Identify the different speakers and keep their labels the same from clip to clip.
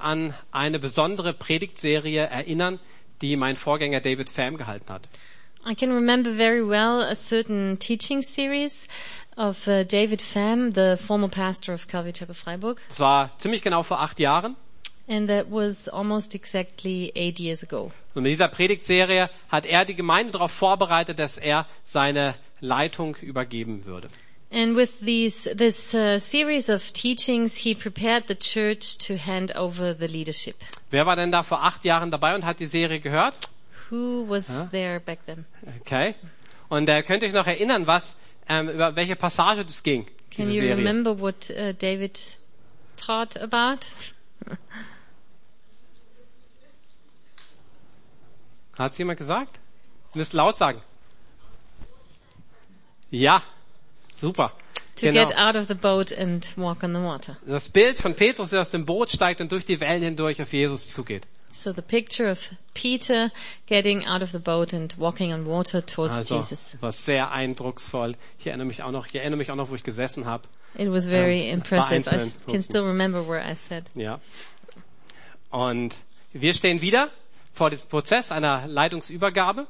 Speaker 1: an eine besondere Predigtserie erinnern, die mein Vorgänger David Pham gehalten hat.
Speaker 2: I can remember very well a certain teaching series of uh, David Pham, the former pastor of Calvary Freiburg,
Speaker 1: Das war ziemlich genau vor acht Jahren.
Speaker 2: and that was almost exactly eight years ago.
Speaker 1: Und mit dieser Predigtserie hat er die Gemeinde darauf vorbereitet, dass er seine Leitung übergeben würde.
Speaker 2: And with these, this uh, series of teachings, he prepared the church to hand over the leadership.
Speaker 1: Wer war denn da vor acht Jahren dabei und hat die Serie gehört?
Speaker 2: Who was there back then?
Speaker 1: Okay. Und äh, könnt ihr euch noch erinnern, was ähm, über welche Passage das ging?
Speaker 2: Can
Speaker 1: diese
Speaker 2: you
Speaker 1: Serie?
Speaker 2: remember what uh, David taught about?
Speaker 1: Hat jemand gesagt? Ihr Müsst laut sagen. Ja, super.
Speaker 2: To
Speaker 1: Genau.
Speaker 2: get out of the boat and walk on the water.
Speaker 1: Das Bild von Petrus, der aus dem Boot steigt und durch die Wellen hindurch auf Jesus zugeht.
Speaker 2: So the picture of Peter getting out of the boat and walking on water towards
Speaker 1: Also,
Speaker 2: Jesus.
Speaker 1: war sehr eindrucksvoll. Ich erinnere mich auch noch, ich erinnere mich auch noch, wo ich gesessen habe.
Speaker 2: It was very
Speaker 1: Ähm,
Speaker 2: impressive. I s-
Speaker 1: beeindruckend.
Speaker 2: can still remember where I sat.
Speaker 1: Ja. Und wir stehen wieder vor dem Prozess einer Leitungsübergabe.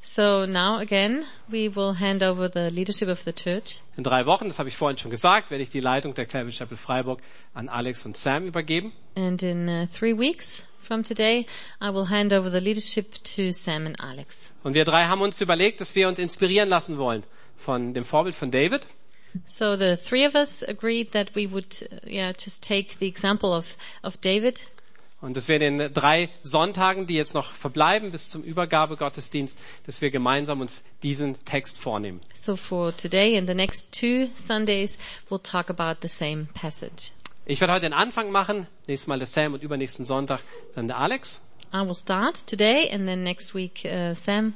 Speaker 2: So now again, we will hand over the leadership of the church.
Speaker 1: In drei Wochen, das habe ich vorhin schon gesagt, werde ich die Leitung der Calvin Chapel Freiburg an Alex und Sam übergeben.
Speaker 2: And in uh, three weeks from today, I will hand over the leadership to Sam and Alex.
Speaker 1: Und wir drei haben uns überlegt, dass wir uns inspirieren lassen wollen von dem Vorbild von David.
Speaker 2: So the three of us agreed that we would, uh, yeah, just take the example of, of David.
Speaker 1: Und dass wir in den drei Sonntagen, die jetzt noch verbleiben bis zum Übergabegottesdienst, dass wir gemeinsam uns diesen Text vornehmen.
Speaker 2: So for today and the next two Sundays, we'll talk about the same passage.
Speaker 1: Ich werde heute den Anfang machen, nächstes Mal der Sam und übernächsten Sonntag dann der Alex.
Speaker 2: I will start today and then next week, uh, Sam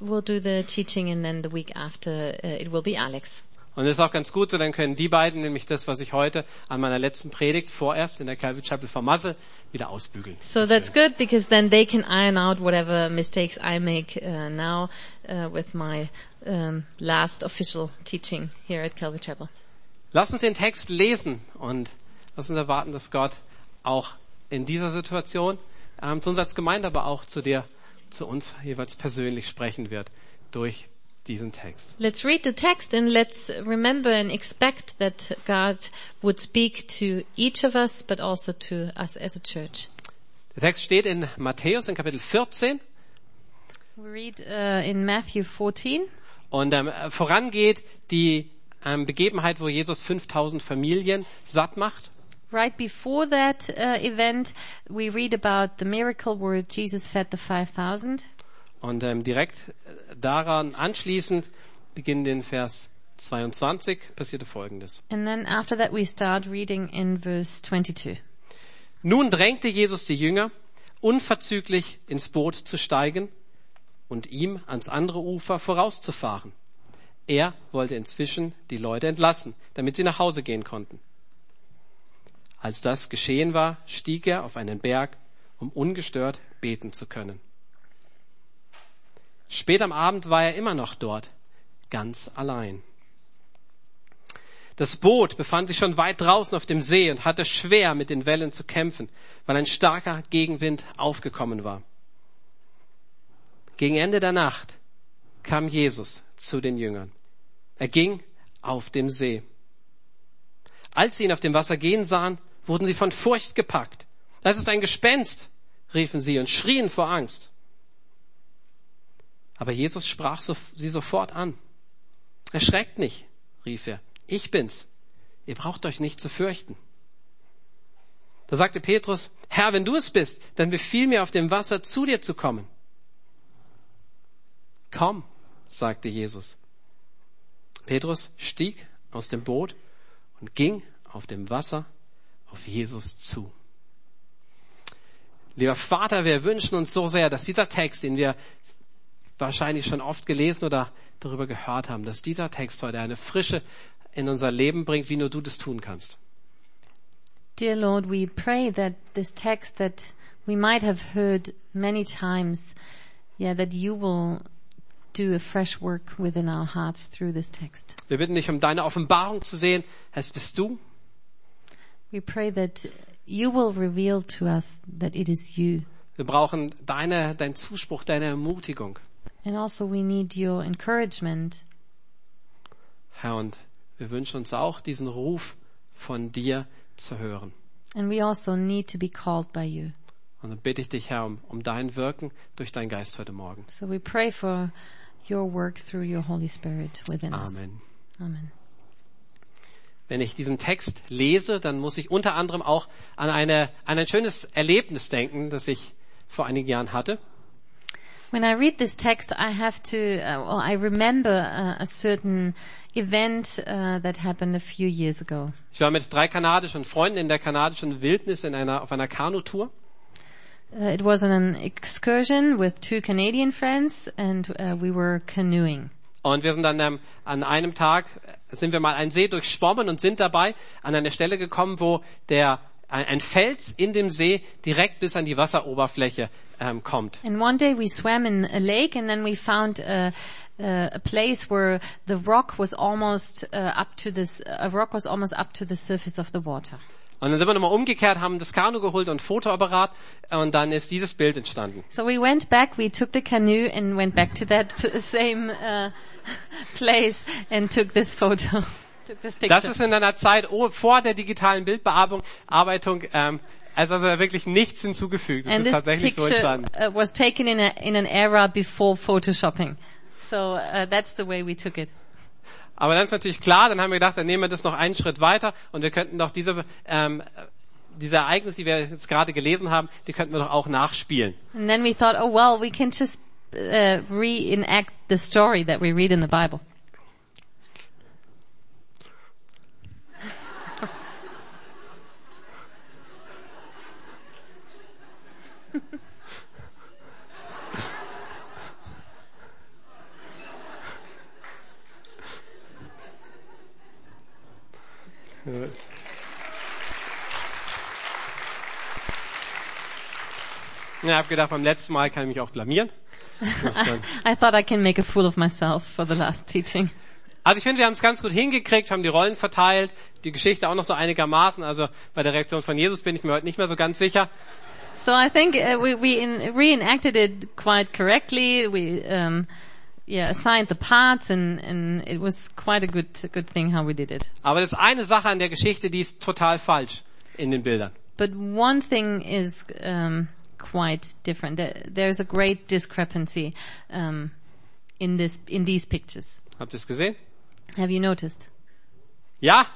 Speaker 2: will do the teaching and then the week after, uh, it will be Alex.
Speaker 1: Und das ist auch ganz gut so, dann können die beiden nämlich das, was ich heute an meiner letzten Predigt vorerst in der Calvin Chapel vermassel, wieder ausbügeln.
Speaker 2: So that's good because then they can iron out whatever mistakes I make uh, now uh, with my um, last official teaching here at Calvary Chapel.
Speaker 1: Lass uns den Text lesen und lass uns erwarten, dass Gott auch in dieser Situation ähm, zu uns als Gemeinde, aber auch zu dir, zu uns jeweils persönlich sprechen wird durch diesen Text.
Speaker 2: Let's read the text and let's remember and expect that God would speak to each of us, but also to us as a church.
Speaker 1: Der Text steht in Matthäus in Kapitel 14
Speaker 2: We read uh, in Matthew 14.
Speaker 1: und ähm, vorangeht die ähm, Begebenheit, wo Jesus 5000 Familien satt macht.
Speaker 2: Right before that uh, event, we read about the miracle where Jesus fed the 5,000.
Speaker 1: Und ähm, direkt äh, daran anschließend beginnt in Vers 22 passierte Folgendes.
Speaker 2: And then after that, we start reading in verse 22.
Speaker 1: Nun drängte Jesus die Jünger, unverzüglich ins Boot zu steigen und ihm ans andere Ufer vorauszufahren. Er wollte inzwischen die Leute entlassen, damit sie nach Hause gehen konnten. Als das geschehen war, stieg er auf einen Berg, um ungestört beten zu können. Spät am Abend war er immer noch dort, ganz allein. Das Boot befand sich schon weit draußen auf dem See und hatte schwer mit den Wellen zu kämpfen, weil ein starker Gegenwind aufgekommen war. Gegen Ende der Nacht kam Jesus zu den Jüngern. Er ging auf dem See. Als sie ihn auf dem Wasser gehen sahen, wurden sie von Furcht gepackt. Das ist ein Gespenst, riefen sie und schrien vor Angst. Aber Jesus sprach so, sie sofort an. Erschreckt nicht, rief er. Ich bin's. Ihr braucht euch nicht zu fürchten. Da sagte Petrus, Herr, wenn du es bist, dann befiehl mir auf dem Wasser zu dir zu kommen. Komm, sagte Jesus. Petrus stieg aus dem Boot und ging auf dem Wasser auf Jesus zu. Lieber Vater, wir wünschen uns so sehr, dass dieser Text, den wir wahrscheinlich schon oft gelesen oder darüber gehört haben, dass dieser Text heute eine Frische in unser Leben bringt, wie nur du das tun kannst.
Speaker 2: Dear Lord, we pray that this text that we might have heard many times, yeah, that you will do a fresh work within our hearts through this text.
Speaker 1: Wir bitten dich, um deine Offenbarung zu sehen. Es bist du
Speaker 2: We pray that you will reveal to us that it is you.
Speaker 1: Wir brauchen deine, deinen Zuspruch, deine Ermutigung.
Speaker 2: And also we need your encouragement.
Speaker 1: Herr, und wir wünschen uns auch, diesen Ruf von dir zu hören.
Speaker 2: And we also need to be called by you.
Speaker 1: Und dann bitte ich dich, Herr, um, um dein Wirken durch deinen Geist heute Morgen.
Speaker 2: So we pray for your work through your Holy Spirit within us.
Speaker 1: Amen.
Speaker 2: Amen.
Speaker 1: Wenn ich diesen Text lese, dann muss ich unter anderem auch an, eine, an ein schönes Erlebnis denken, das ich vor einigen Jahren hatte.
Speaker 2: When I read this text, I have to, uh, or I remember uh, a certain event uh, that happened a few years ago.
Speaker 1: Ich war mit drei kanadischen Freunden in der kanadischen Wildnis in einer, auf einer Kanutour.
Speaker 2: Uh, it was an excursion with two Canadian friends, and uh, we were canoeing.
Speaker 1: Und wir sind dann ähm, an einem Tag, äh, sind wir mal einen See durchschwommen und sind dabei an eine Stelle gekommen, wo der, ein, ein Fels in dem See direkt bis an die Wasseroberfläche ähm, kommt.
Speaker 2: And one day we swam in a lake, and then we found a, uh a place where the rock was almost uh, up to this. A rock was almost up to the surface of the water.
Speaker 1: Und dann sind wir nochmal umgekehrt, haben das Kanu geholt und Fotoapparat und dann ist dieses Bild entstanden.
Speaker 2: So we went back. We took the canoe and went back to that p- same uh, place and took this photo. took this
Speaker 1: Das
Speaker 2: picture.
Speaker 1: ist in einer Zeit oh, vor der digitalen Bildbearbeitung, ähm, also, also wirklich nichts hinzugefügt. Es
Speaker 2: and
Speaker 1: ist
Speaker 2: this
Speaker 1: tatsächlich so
Speaker 2: picture
Speaker 1: entstanden.
Speaker 2: uh, was taken in a, in an era before photoshopping. So uh, that's the way we took it.
Speaker 1: Aber dann ist natürlich klar, dann haben wir gedacht, dann nehmen wir das noch einen Schritt weiter und wir könnten doch diese, ähm, diese Ereignisse, die wir jetzt gerade gelesen haben, die könnten wir doch auch nachspielen.
Speaker 2: And then we thought, oh well, we can just uh, reenact the story that we read in the Bible.
Speaker 1: Ich habe gedacht, beim letzten Mal kann ich mich auch blamieren. Das dann-
Speaker 2: I thought I can make a fool of myself for the last teaching.
Speaker 1: Also ich finde, wir haben es ganz gut hingekriegt, haben die Rollen verteilt, die Geschichte auch noch so einigermaßen. Also bei der Reaktion von Jesus bin ich mir heute nicht mehr so ganz sicher.
Speaker 2: So I think uh, we, we in, reenacted it quite correctly. We, um, yeah, assigned the parts and, and it was quite a good, good thing how we did it.
Speaker 1: Aber das ist eine Sache an der Geschichte, die ist total falsch in den Bildern.
Speaker 2: But one thing is, um, quite different. There, there's a great discrepancy, um, in this, in these pictures.
Speaker 1: Habt ihr es gesehen?
Speaker 2: Have you noticed?
Speaker 1: Ja,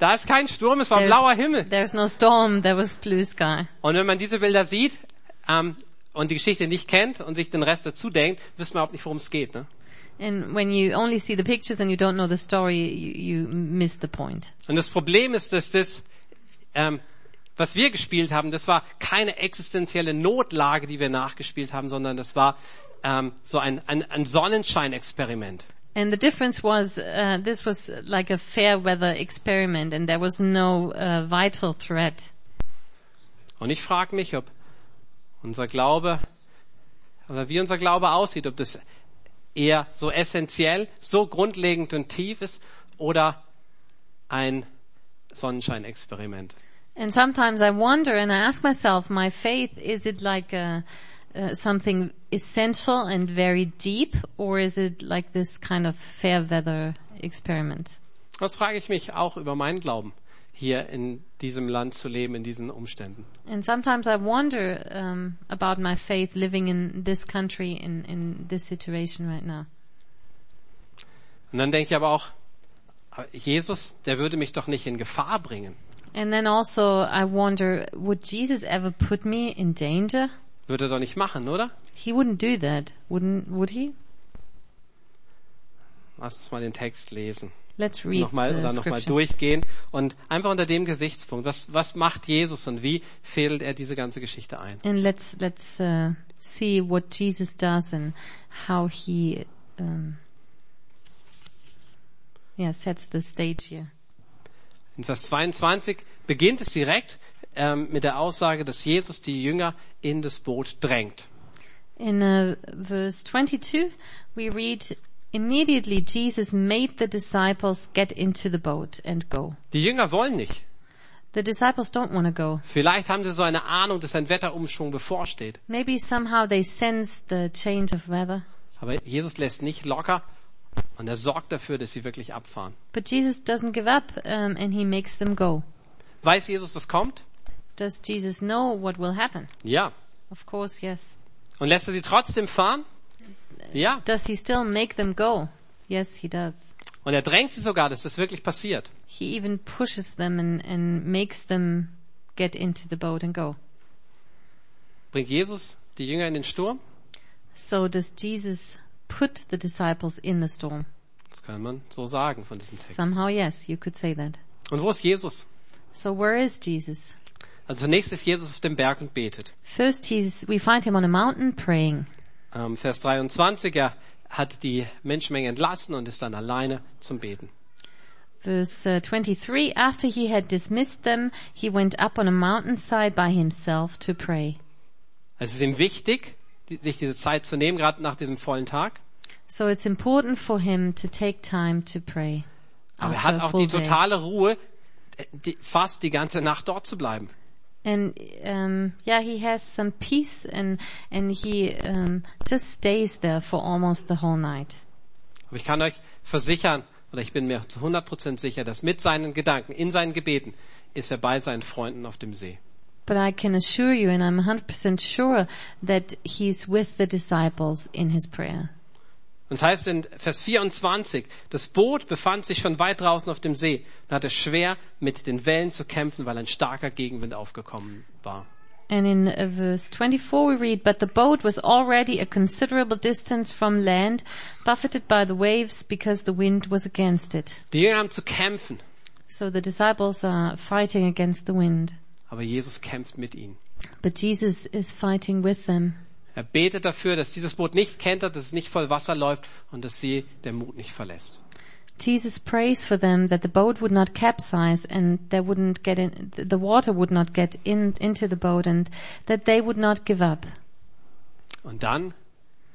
Speaker 1: da ist kein Sturm, es war blauer Himmel.
Speaker 2: there's no storm. There was blue sky.
Speaker 1: Und wenn man diese Bilder sieht ähm, und die Geschichte nicht kennt und sich den Rest dazu denkt, wissen wir überhaupt nicht, worum es geht. Ne?
Speaker 2: And when you only see the pictures and you don't know the story, you, you miss the point.
Speaker 1: Und das Problem ist, dass das, ähm, was wir gespielt haben, das war keine existenzielle Notlage, die wir nachgespielt haben, sondern das war ähm, so ein, ein, ein Sonnenscheinexperiment.
Speaker 2: And the difference was uh, this was like a fair weather experiment, and there was no uh, vital threat.
Speaker 1: Und ich frage mich, ob unser Glaube, oder wie unser Glaube aussieht, ob das eher so essentiell, so grundlegend und tief ist oder ein Sonnenscheinexperiment.
Speaker 2: And sometimes I wonder, and I ask myself, my faith is it like a, uh, something essential and very deep, or is it like this kind of fair weather experiment?
Speaker 1: Das frage ich mich auch über meinen Glauben, hier in diesem Land zu leben, in diesen Umständen.
Speaker 2: And sometimes I wonder um, about my faith living in this country, in, in this situation right now.
Speaker 1: Und dann denke ich aber auch, aber Jesus, der würde mich doch nicht in Gefahr bringen.
Speaker 2: And then also I wonder, would Jesus ever put me in danger?
Speaker 1: Würde er doch nicht machen, oder?
Speaker 2: He wouldn't do that, wouldn't would he?
Speaker 1: Lass uns mal den Text lesen.
Speaker 2: Let's read
Speaker 1: Nochmal
Speaker 2: the
Speaker 1: oder nochmal
Speaker 2: scripture.
Speaker 1: durchgehen und einfach unter dem Gesichtspunkt, was, was macht Jesus und wie fädelt er diese ganze Geschichte ein?
Speaker 2: And let's let's uh, see what Jesus does and how he um, yeah sets the stage here.
Speaker 1: In Vers 22 beginnt es direkt ähm, mit der Aussage, dass Jesus die Jünger in das Boot drängt.
Speaker 2: In uh, verse 22, we read, "Immediately Jesus made the disciples get into the boat and go."
Speaker 1: Die Jünger wollen nicht.
Speaker 2: The The disciples don't want to go.
Speaker 1: Vielleicht haben sie so eine Ahnung, dass ein Wetterumschwung bevorsteht.
Speaker 2: Maybe somehow they sense the change of weather.
Speaker 1: Aber Jesus lässt nicht locker und er sorgt dafür, dass sie wirklich abfahren.
Speaker 2: But Jesus doesn't give up um, and he makes them go.
Speaker 1: Weiß Jesus, was kommt?
Speaker 2: Does Jesus know what will happen?
Speaker 1: Ja.
Speaker 2: Of course, yes.
Speaker 1: Und lässt er sie trotzdem fahren? Ja.
Speaker 2: Does he still make them go? Yes, he does.
Speaker 1: Und er drängt sie sogar, dass das wirklich passiert.
Speaker 2: He even pushes them and, and makes them get into the boat and go.
Speaker 1: Bringt Jesus die Jünger in den Sturm?
Speaker 2: So does Jesus put the disciples in the storm?
Speaker 1: Das kann man so sagen von diesem Text.
Speaker 2: Somehow, yes, you could say that.
Speaker 1: Und wo ist Jesus?
Speaker 2: So where is Jesus?
Speaker 1: Also zunächst ist Jesus auf dem Berg und betet.
Speaker 2: First, he's, we find him on a mountain praying.
Speaker 1: Ähm, Vers 23, er hat die Menschenmenge entlassen und ist dann alleine zum Beten.
Speaker 2: Verse uh, 23, after he had dismissed them, he went up on a mountainside by himself to pray.
Speaker 1: Also es ist ihm wichtig, die, sich diese Zeit zu nehmen, gerade nach diesem vollen Tag.
Speaker 2: So it's important for him to take time to pray.
Speaker 1: Aber er
Speaker 2: after
Speaker 1: hat
Speaker 2: a
Speaker 1: auch die
Speaker 2: full day.
Speaker 1: totale Ruhe, äh, die, fast die ganze Nacht dort zu bleiben.
Speaker 2: And um, yeah, he has some peace and and he um, just stays there for almost the whole night.
Speaker 1: Aber ich kann euch versichern, oder ich bin mir zu 100% sicher, dass mit seinen Gedanken, in seinen Gebeten, ist er bei seinen Freunden auf dem See.
Speaker 2: But I can assure you, and I'm 100% sure that he's with the disciples in his prayer.
Speaker 1: Und es heißt in Vers 24, das Boot befand sich schon weit draußen auf dem See und hatte schwer mit den Wellen zu kämpfen, weil ein starker Gegenwind aufgekommen war.
Speaker 2: And in uh, verse 24 we read, But the boat was already a considerable distance from land, buffeted by the waves because the wind was against it.
Speaker 1: Die Jünger haben zu kämpfen,
Speaker 2: So the disciples are fighting against the wind.
Speaker 1: aber Jesus kämpft mit ihnen.
Speaker 2: But Jesus is fighting with them.
Speaker 1: Er betet dafür, dass dieses Boot nicht kentert, dass es nicht voll Wasser läuft und dass sie der Mut nicht verlässt.
Speaker 2: Jesus prays for them that the boat would not capsize and they wouldn't get in, th- the water would not get in, into the boat and that they would not give up.
Speaker 1: Und dann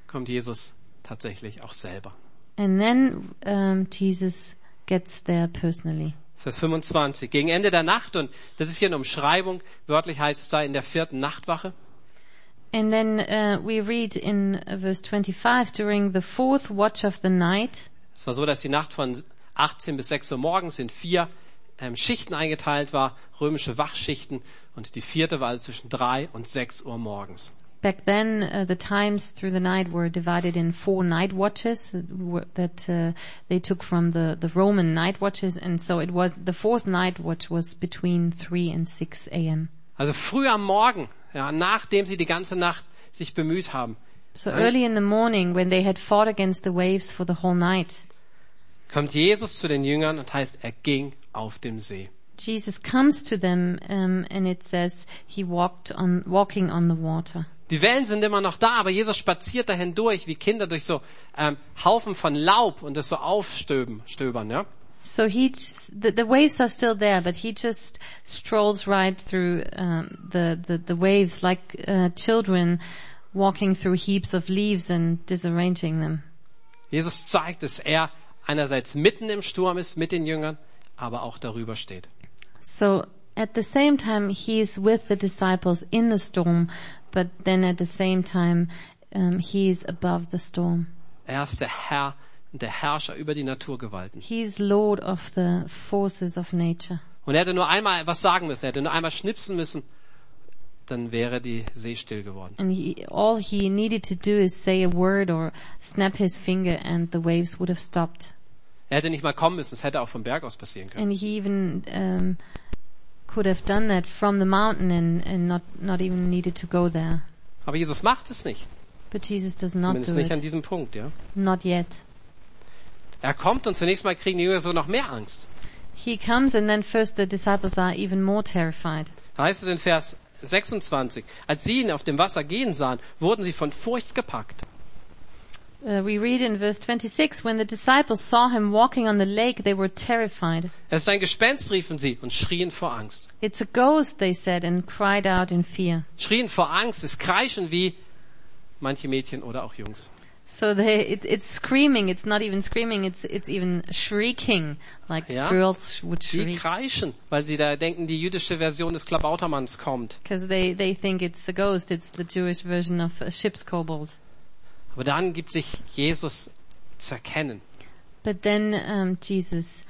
Speaker 1: kommt Jesus tatsächlich auch selber.
Speaker 2: And then um, Jesus gets there personally.
Speaker 1: Vers 25. Gegen Ende der Nacht, und das ist hier eine Umschreibung, wörtlich heißt es da in der vierten Nachtwache,
Speaker 2: And then uh, we read in uh, verse 25, during the fourth watch of the night,
Speaker 1: Es war so, dass die Nacht von 18 bis 6 Uhr morgens in vier ähm, Schichten eingeteilt war, römische Wachschichten, und die vierte war also zwischen 3 und 6 Uhr morgens.
Speaker 2: back then uh, the times through the night were divided in four night watches that were- that uh, they took from the, the Roman night watches. And so it was, the fourth night watch was between 3 and 6 a.m.
Speaker 1: Also früh am Morgen, ja, nachdem sie die ganze Nacht sich bemüht haben,
Speaker 2: So
Speaker 1: Right.
Speaker 2: early in the morning when they had fought against the waves for the whole night,
Speaker 1: kommt Jesus zu den Jüngern und heißt, er ging auf dem See.
Speaker 2: Jesus comes to them um, and it says he walked on, walking on the water.
Speaker 1: Die Wellen sind immer noch da, aber Jesus spaziert da hindurch, wie Kinder durch so ähm, Haufen von Laub und das so aufstöben, stöbern, ja.
Speaker 2: So he, just, the, the waves are still there, but he just strolls right through um, the, the the waves like uh, children walking through heaps of leaves and disarranging them.
Speaker 1: Jesus zeigt, dass er einerseits mitten im Sturm ist mit den Jüngern, aber auch darüber steht.
Speaker 2: So at the same time, he's with the disciples in the storm, but then at the same time, um, he's above the storm.
Speaker 1: Er ist der Herr und der Herrscher über die Naturgewalten.
Speaker 2: He's Lord of the forces of nature.
Speaker 1: Und er hätte nur einmal was sagen müssen, er hätte nur einmal schnipsen müssen, dann wäre die See still geworden.
Speaker 2: And he, all he needed to do is say a word or snap his finger and the waves would have stopped.
Speaker 1: Er hätte nicht mal kommen müssen, es hätte auch vom Berg aus passieren können.
Speaker 2: And he even um, could have done that from the mountain and, and not, not even needed to go there.
Speaker 1: Aber Jesus macht es nicht.
Speaker 2: But Jesus does not
Speaker 1: Zumindest
Speaker 2: do
Speaker 1: nicht an
Speaker 2: it.
Speaker 1: diesem Punkt, ja.
Speaker 2: Not yet.
Speaker 1: Er kommt und zunächst mal kriegen die Jünger so noch mehr Angst.
Speaker 2: He comes and then first the disciples are even more terrified.
Speaker 1: Da heißt es in Vers 26, als sie ihn auf dem Wasser gehen sahen, wurden sie von Furcht gepackt.
Speaker 2: Uh, we read in verse 26, when the disciples saw him walking on the lake, they were terrified.
Speaker 1: Es ist ein Gespenst, riefen sie und schrien vor Angst.
Speaker 2: It's a ghost, they said, and cried out in fear.
Speaker 1: Schrien vor Angst ist Kreischen wie manche Mädchen oder auch Jungs.
Speaker 2: So they, it, it's screaming. It's not even screaming. It's it's even shrieking, like
Speaker 1: Ja.
Speaker 2: girls sh- would
Speaker 1: Die
Speaker 2: shriek
Speaker 1: kreischen, weil sie da denken, die jüdische Version des Klabautermanns kommt.
Speaker 2: because they they think it's the ghost. It's the Jewish version of a ship's kobold.
Speaker 1: Aber dann gibt sich Jesus zu erkennen.
Speaker 2: But then um, Jesus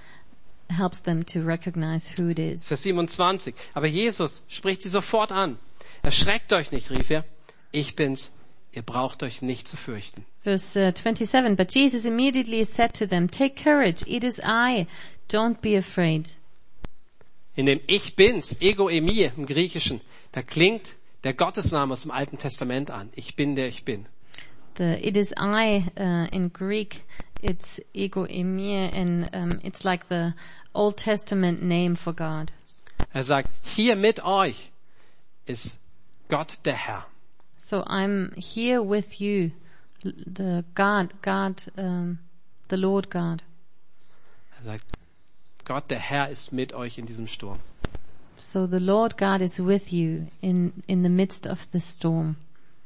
Speaker 2: helps them to recognize who it is.
Speaker 1: Vers 27. Aber Jesus spricht sie sofort an. Erschreckt euch nicht, rief er. Ich bin's. Ihr braucht euch nicht zu fürchten.
Speaker 2: Verse uh, 27. But Jesus immediately said to them, "Take courage. It is I. Don't be afraid."
Speaker 1: In dem Ich bin's, Ego Emie im Griechischen, da klingt der Gottesname aus dem Alten Testament an. Ich bin, der ich bin.
Speaker 2: The "It is I" uh, in Greek, it's ego emir, and um, it's like the Old Testament name for God.
Speaker 1: Er sagt, hier mit euch ist Gott der Herr.
Speaker 2: So I'm here with you, l- the God, God, um, the Lord God.
Speaker 1: Er sagt, Gott der Herr ist mit euch in diesem Sturm.
Speaker 2: So the Lord God is with you in in the midst of the storm.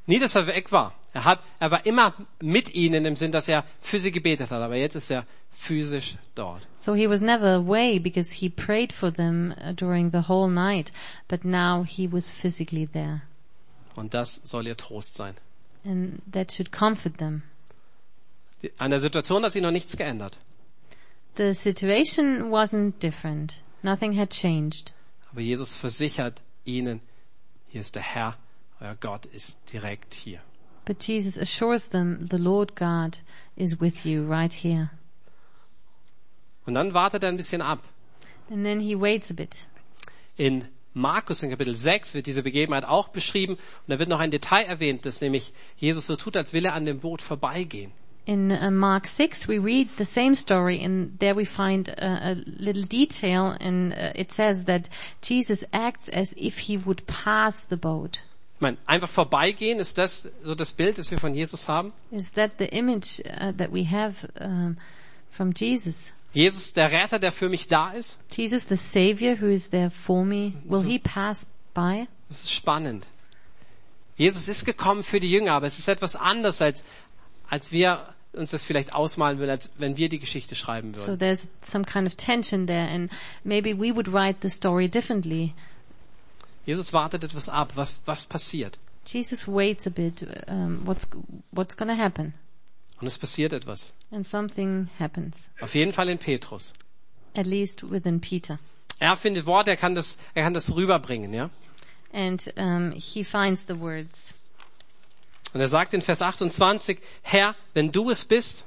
Speaker 1: Nie, dass er weg war. Er, hat, er war immer mit ihnen im Sinn, dass er für sie gebetet hat. Aber jetzt ist er physisch dort.
Speaker 2: So he was never away because he prayed for them uh, during the whole night, but now he was physically there,
Speaker 1: Und das soll ihr Trost sein.
Speaker 2: and that should comfort them.
Speaker 1: Die- An der Situation hat sich noch nichts geändert.
Speaker 2: The situation wasn't different. Nothing had changed.
Speaker 1: Aber Jesus versichert ihnen, hier ist der Herr, euer Gott ist direkt hier.
Speaker 2: But Jesus assures them the Lord God is with you right here.
Speaker 1: Und dann wartet er ein bisschen ab.
Speaker 2: And then he waits a bit.
Speaker 1: In Markus in Kapitel 6 wird diese Begebenheit auch beschrieben und da wird noch ein Detail erwähnt, dass nämlich Jesus so tut, als will er an dem Boot vorbeigehen.
Speaker 2: In uh, Mark 6, we read the same story and there we find a, a little detail and uh, it says that Jesus acts as if he would pass the boat.
Speaker 1: Ich meine, einfach vorbeigehen, ist das so das Bild, das wir von Jesus haben?
Speaker 2: Is that the image uh, that we have um, from Jesus?
Speaker 1: Jesus, der Retter, der für mich da ist?
Speaker 2: Jesus, the Savior who is there for me, will he pass by?
Speaker 1: Das ist spannend. Jesus ist gekommen für die Jünger, aber es ist etwas anders, als, als wir uns das vielleicht ausmalen würden, als wenn wir die Geschichte schreiben
Speaker 2: So
Speaker 1: würden.
Speaker 2: there's some kind of tension there and maybe we would write the story differently.
Speaker 1: Jesus wartet etwas ab, was, was passiert.
Speaker 2: Jesus waits a bit, um, what's, what's gonna happen?
Speaker 1: Und es passiert etwas.
Speaker 2: And something happens.
Speaker 1: Auf jeden Fall in Petrus.
Speaker 2: At least within Peter.
Speaker 1: Er findet Worte, er kann das, er kann das rüberbringen, ja.
Speaker 2: And um, he finds the words.
Speaker 1: Und er sagt in Vers 28, Herr, wenn du es bist,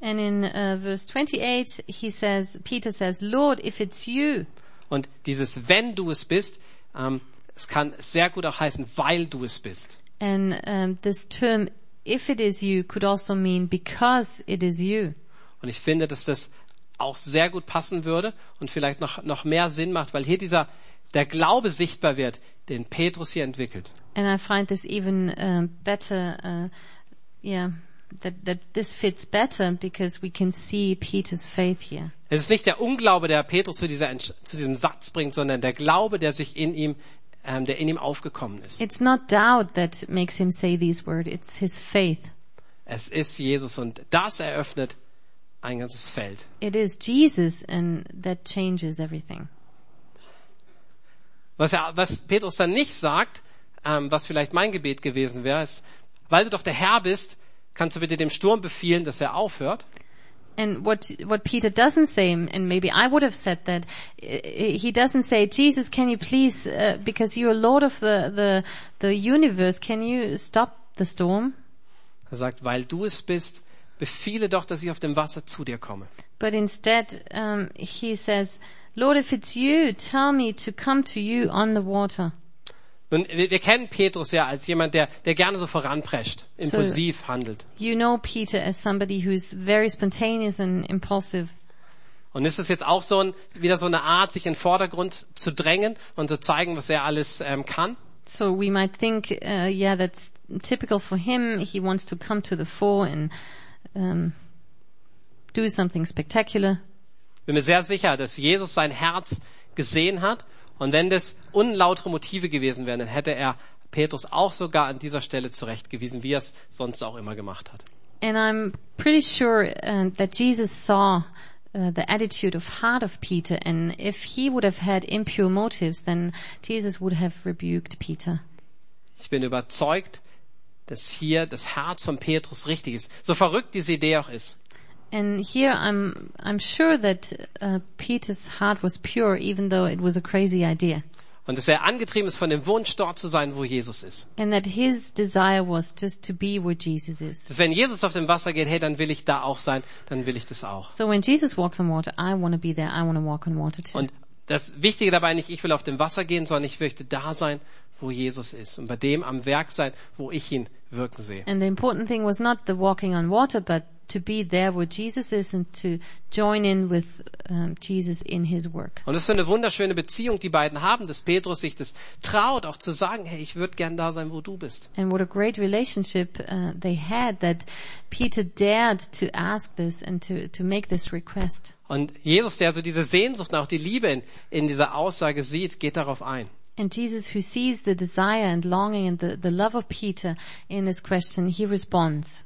Speaker 2: And in uh, verse 28, he says, Peter says, Lord, if it's you.
Speaker 1: und dieses wenn du es bist, ähm, es kann sehr gut auch heißen, weil du es bist.
Speaker 2: And um, this term, if it is you, could also mean because it is you.
Speaker 1: Und ich finde, dass das auch sehr gut passen würde und vielleicht noch, noch mehr Sinn macht, weil hier dieser, der Glaube sichtbar wird, den Petrus hier entwickelt.
Speaker 2: And I find this even um, better, uh, yeah, that, that this fits better because we can see Peter's faith here.
Speaker 1: Es ist nicht der Unglaube, der Petrus zu, dieser, Entsch- zu diesem Satz bringt, sondern der Glaube, der sich in ihm, ähm, der in ihm aufgekommen ist.
Speaker 2: It's not doubt that makes him say these words, it's his faith.
Speaker 1: Es ist Jesus und das eröffnet ein ganzes Feld.
Speaker 2: It is Jesus and that changes everything.
Speaker 1: Was, er, was Petrus dann nicht sagt, ähm, was vielleicht mein Gebet gewesen wäre, ist, weil du doch der Herr bist, kannst du bitte dem Sturm befehlen, dass er aufhört.
Speaker 2: And what what Peter doesn't say, and maybe I would have said that, i- i- he doesn't say, Jesus, can you please, uh, because you are Lord of the, the the universe, can you stop the storm?
Speaker 1: Er sagt, weil du es bist, befiehle doch, dass ich auf dem Wasser zu dir komme.
Speaker 2: But instead, um, he says, Lord, if it's you, tell me to come to you on the water.
Speaker 1: Nun, wir, wir kennen Petrus ja als jemand, der, der gerne so voranprescht, impulsiv handelt.
Speaker 2: You know Peter as somebody who's very spontaneous and impulsive.
Speaker 1: Und ist es jetzt auch so ein, wieder so eine Art, sich in den Vordergrund zu drängen und zu zeigen, was er alles ähm, kann?
Speaker 2: So we might think, uh, yeah, that's typical for him. He wants to come to the fore and um, do something spectacular.
Speaker 1: Bin mir sehr sicher, dass Jesus sein Herz gesehen hat. Und wenn das unlautere Motive gewesen wären, dann hätte er Petrus auch sogar an dieser Stelle zurechtgewiesen, wie er es sonst auch immer gemacht hat.
Speaker 2: And I'm pretty sure uh, that Jesus saw uh, the attitude of heart of Peter, and if he would have had impure motives, then Jesus would have rebuked Peter.
Speaker 1: Ich bin überzeugt, dass hier das Herz von Petrus richtig ist. So verrückt diese Idee auch ist.
Speaker 2: And here I'm I'm sure that uh, Peter's heart was pure, even though it was a crazy idea,
Speaker 1: Und dass er angetrieben ist von dem Wunsch, dort zu sein, wo Jesus ist.
Speaker 2: and that his desire was just to be where Jesus is.
Speaker 1: Dass wenn Jesus auf dem Wasser geht, hey, dann will ich da auch sein, dann will ich das auch.
Speaker 2: So when Jesus walks on water, I want to be there. I want to walk on water too.
Speaker 1: Und das Wichtige dabei nicht, ich will auf dem Wasser gehen, sondern ich möchte da sein, wo Jesus ist. Und bei dem am Werk sein, wo ich ihn wirken sehe.
Speaker 2: And the important thing was not the walking on water, but to be there where Jesus is and to join in with um, Jesus in his work.
Speaker 1: Und das ist so eine wunderschöne Beziehung, die beiden haben, dass Petrus sich das traut, auch zu sagen, hey, ich würde gern da sein, wo du bist.
Speaker 2: And what a great relationship uh, they had that Peter dared to ask this and to, to make this request.
Speaker 1: Und Jesus, der so diese Sehnsucht und auch die Liebe in, in dieser Aussage sieht, geht darauf ein.
Speaker 2: And Jesus, who sees the desire and longing and the, the love of Peter in this question, he responds.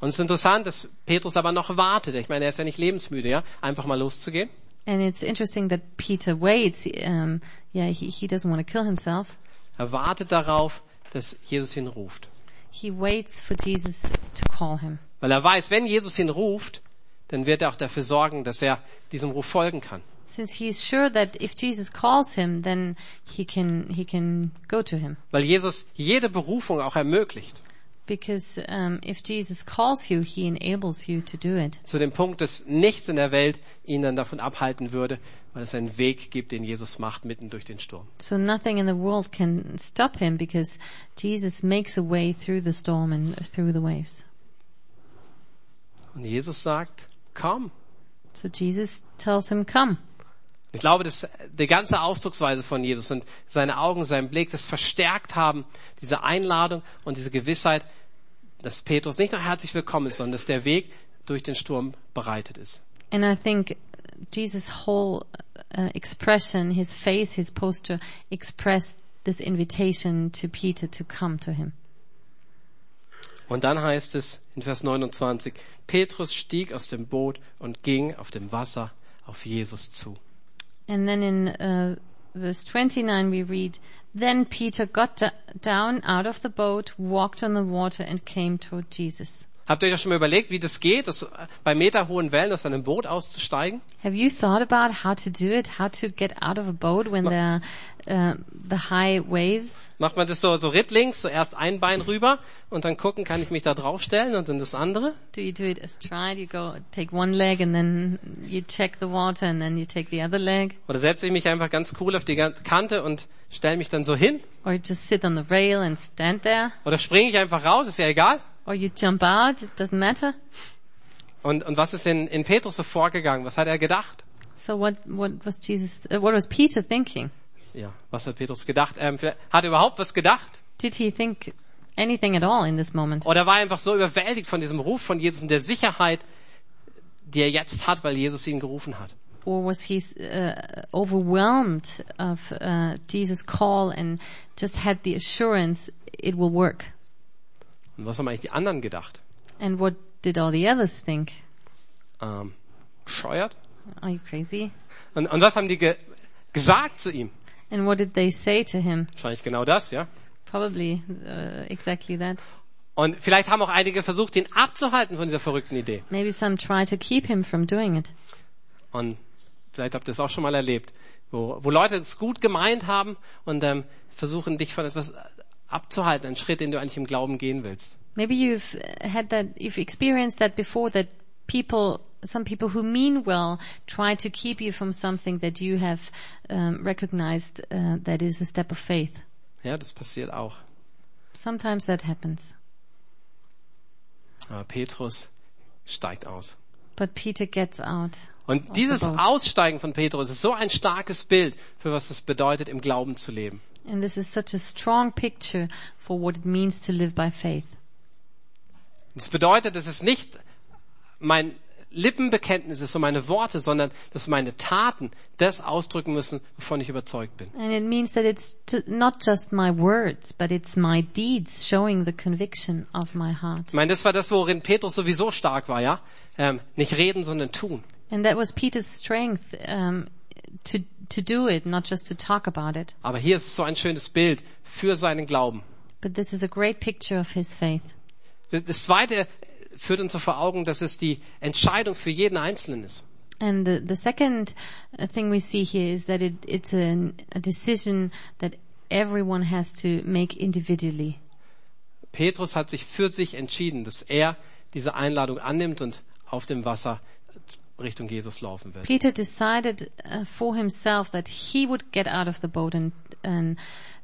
Speaker 1: Und es ist interessant, dass Petrus aber noch wartet. Ich meine, er ist ja nicht lebensmüde, ja, einfach mal loszugehen.
Speaker 2: And it's interesting that Peter waits. Um, yeah, he, he doesn't want to kill himself.
Speaker 1: Er wartet darauf, dass Jesus ihn ruft.
Speaker 2: He waits for Jesus to call him.
Speaker 1: Weil er weiß, wenn Jesus ihn ruft, dann wird er auch dafür sorgen, dass er diesem Ruf folgen kann.
Speaker 2: since he's sure that if Jesus calls him, then he can he can go to him.
Speaker 1: Weil Jesus jede Berufung auch ermöglicht.
Speaker 2: Because um, if Jesus calls you, he enables you to do it.
Speaker 1: Zu dem Punkt, dass nichts in der Welt ihn dann davon abhalten würde, weil es einen Weg gibt, den Jesus macht, mitten durch den Sturm.
Speaker 2: So nothing in the world can stop him because Jesus makes a way through the storm and through the waves.
Speaker 1: Und Jesus sagt, komm.
Speaker 2: So Jesus tells him, "Come."
Speaker 1: Ich glaube, dass die ganze Ausdrucksweise von Jesus und seine Augen, sein Blick, das verstärkt haben, diese Einladung und diese Gewissheit, dass Petrus nicht nur herzlich willkommen ist, sondern dass der Weg durch den Sturm bereitet ist.
Speaker 2: And I think Jesus' whole uh, expression, his face, his posture, expressed this invitation to Peter to come to him.
Speaker 1: Und dann heißt es in Vers 29, Petrus stieg aus dem Boot und ging auf dem Wasser auf Jesus zu.
Speaker 2: And then in uh, verse 29 we read, Then Peter got d- down out of the boat, walked on the water and came toward Jesus.
Speaker 1: Habt ihr euch auch schon mal überlegt, wie das geht, das, äh, bei meterhohen Wellen aus einem Boot auszusteigen?
Speaker 2: Have you thought about how to do it? How to get out of a boat when there are uh, the high waves?
Speaker 1: Macht man das so, so rittlings, so erst ein Bein rüber und dann gucken, kann ich mich da draufstellen und dann das andere?
Speaker 2: Do you do it astride? You go take one leg and then you check the water and then you take the other leg,
Speaker 1: Oder setze ich mich einfach ganz cool auf die Gan- Kante und stelle mich dann so hin?
Speaker 2: or just sit on the rail and stand there,
Speaker 1: Oder springe ich einfach raus, ist ja egal.
Speaker 2: or you jump out. It doesn't matter.
Speaker 1: Und, und was ist in, in Petrus so vorgegangen? Was hat er gedacht?
Speaker 2: So what? What was Jesus? Uh, what was Peter thinking?
Speaker 1: Ja, was hat Petrus gedacht? Ähm, vielleicht- hat er überhaupt was gedacht?
Speaker 2: Did he think anything at all in this moment?
Speaker 1: Oder war er einfach so überwältigt von diesem Ruf von Jesus und der Sicherheit, die er jetzt hat, weil Jesus ihn gerufen hat?
Speaker 2: or was he uh, overwhelmed of uh, Jesus' call and just had the assurance it will work?
Speaker 1: Und was haben eigentlich die anderen gedacht?
Speaker 2: And what did all the others think?
Speaker 1: Ähm, bescheuert?
Speaker 2: Are you crazy?
Speaker 1: Und, und was haben die ge gesagt zu ihm?
Speaker 2: And what did they say to him?
Speaker 1: Wahrscheinlich genau das, ja.
Speaker 2: Probably uh, exactly that.
Speaker 1: Und vielleicht haben auch einige versucht, ihn abzuhalten von dieser verrückten Idee.
Speaker 2: Maybe some try to keep him from doing it.
Speaker 1: Und vielleicht habt ihr es auch schon mal erlebt, wo, wo Leute es gut gemeint haben und ähm, versuchen, dich von etwas abzuhalten, einen Schritt, den du eigentlich im Glauben gehen willst.
Speaker 2: Maybe you've uh, had that, you've experienced that before that people, some people who mean well try to keep you from something that you have um, recognized uh, that is a step of faith.
Speaker 1: Ja, das passiert auch.
Speaker 2: Sometimes that happens.
Speaker 1: Aber Petrus steigt aus.
Speaker 2: But Peter gets out.
Speaker 1: Und dieses
Speaker 2: Aufgebaut.
Speaker 1: Aussteigen von Petrus ist so ein starkes Bild für was es bedeutet, im Glauben zu leben.
Speaker 2: And this is such a strong picture for what it means to live by faith.
Speaker 1: Das bedeutet, es ist nicht mein Lippenbekenntnis ist und meine Worte, sondern dass meine Taten das ausdrücken müssen, wovon ich überzeugt bin.
Speaker 2: And it means that it's t- not just my words, but it's my deeds showing the conviction of my heart.
Speaker 1: Ich meine, das war das, worin Petrus sowieso stark war, ja? Ähm, nicht reden, sondern tun.
Speaker 2: And that was Peter's strength um, to to do it, not just to talk about it.
Speaker 1: Aber hier ist so ein schönes Bild für seinen Glauben.
Speaker 2: But this is a great picture of his faith.
Speaker 1: Das zweite führt uns so vor Augen, dass es die Entscheidung für jeden Einzelnen ist.
Speaker 2: And the, the second uh, thing we see here is that it, it's an, a decision that everyone has to make individually.
Speaker 1: Petrus hat sich für sich entschieden, dass er diese Einladung annimmt und auf dem Wasser Richtung Jesus laufen wird.
Speaker 2: Peter decided uh, for himself that he would get out of the boat and, and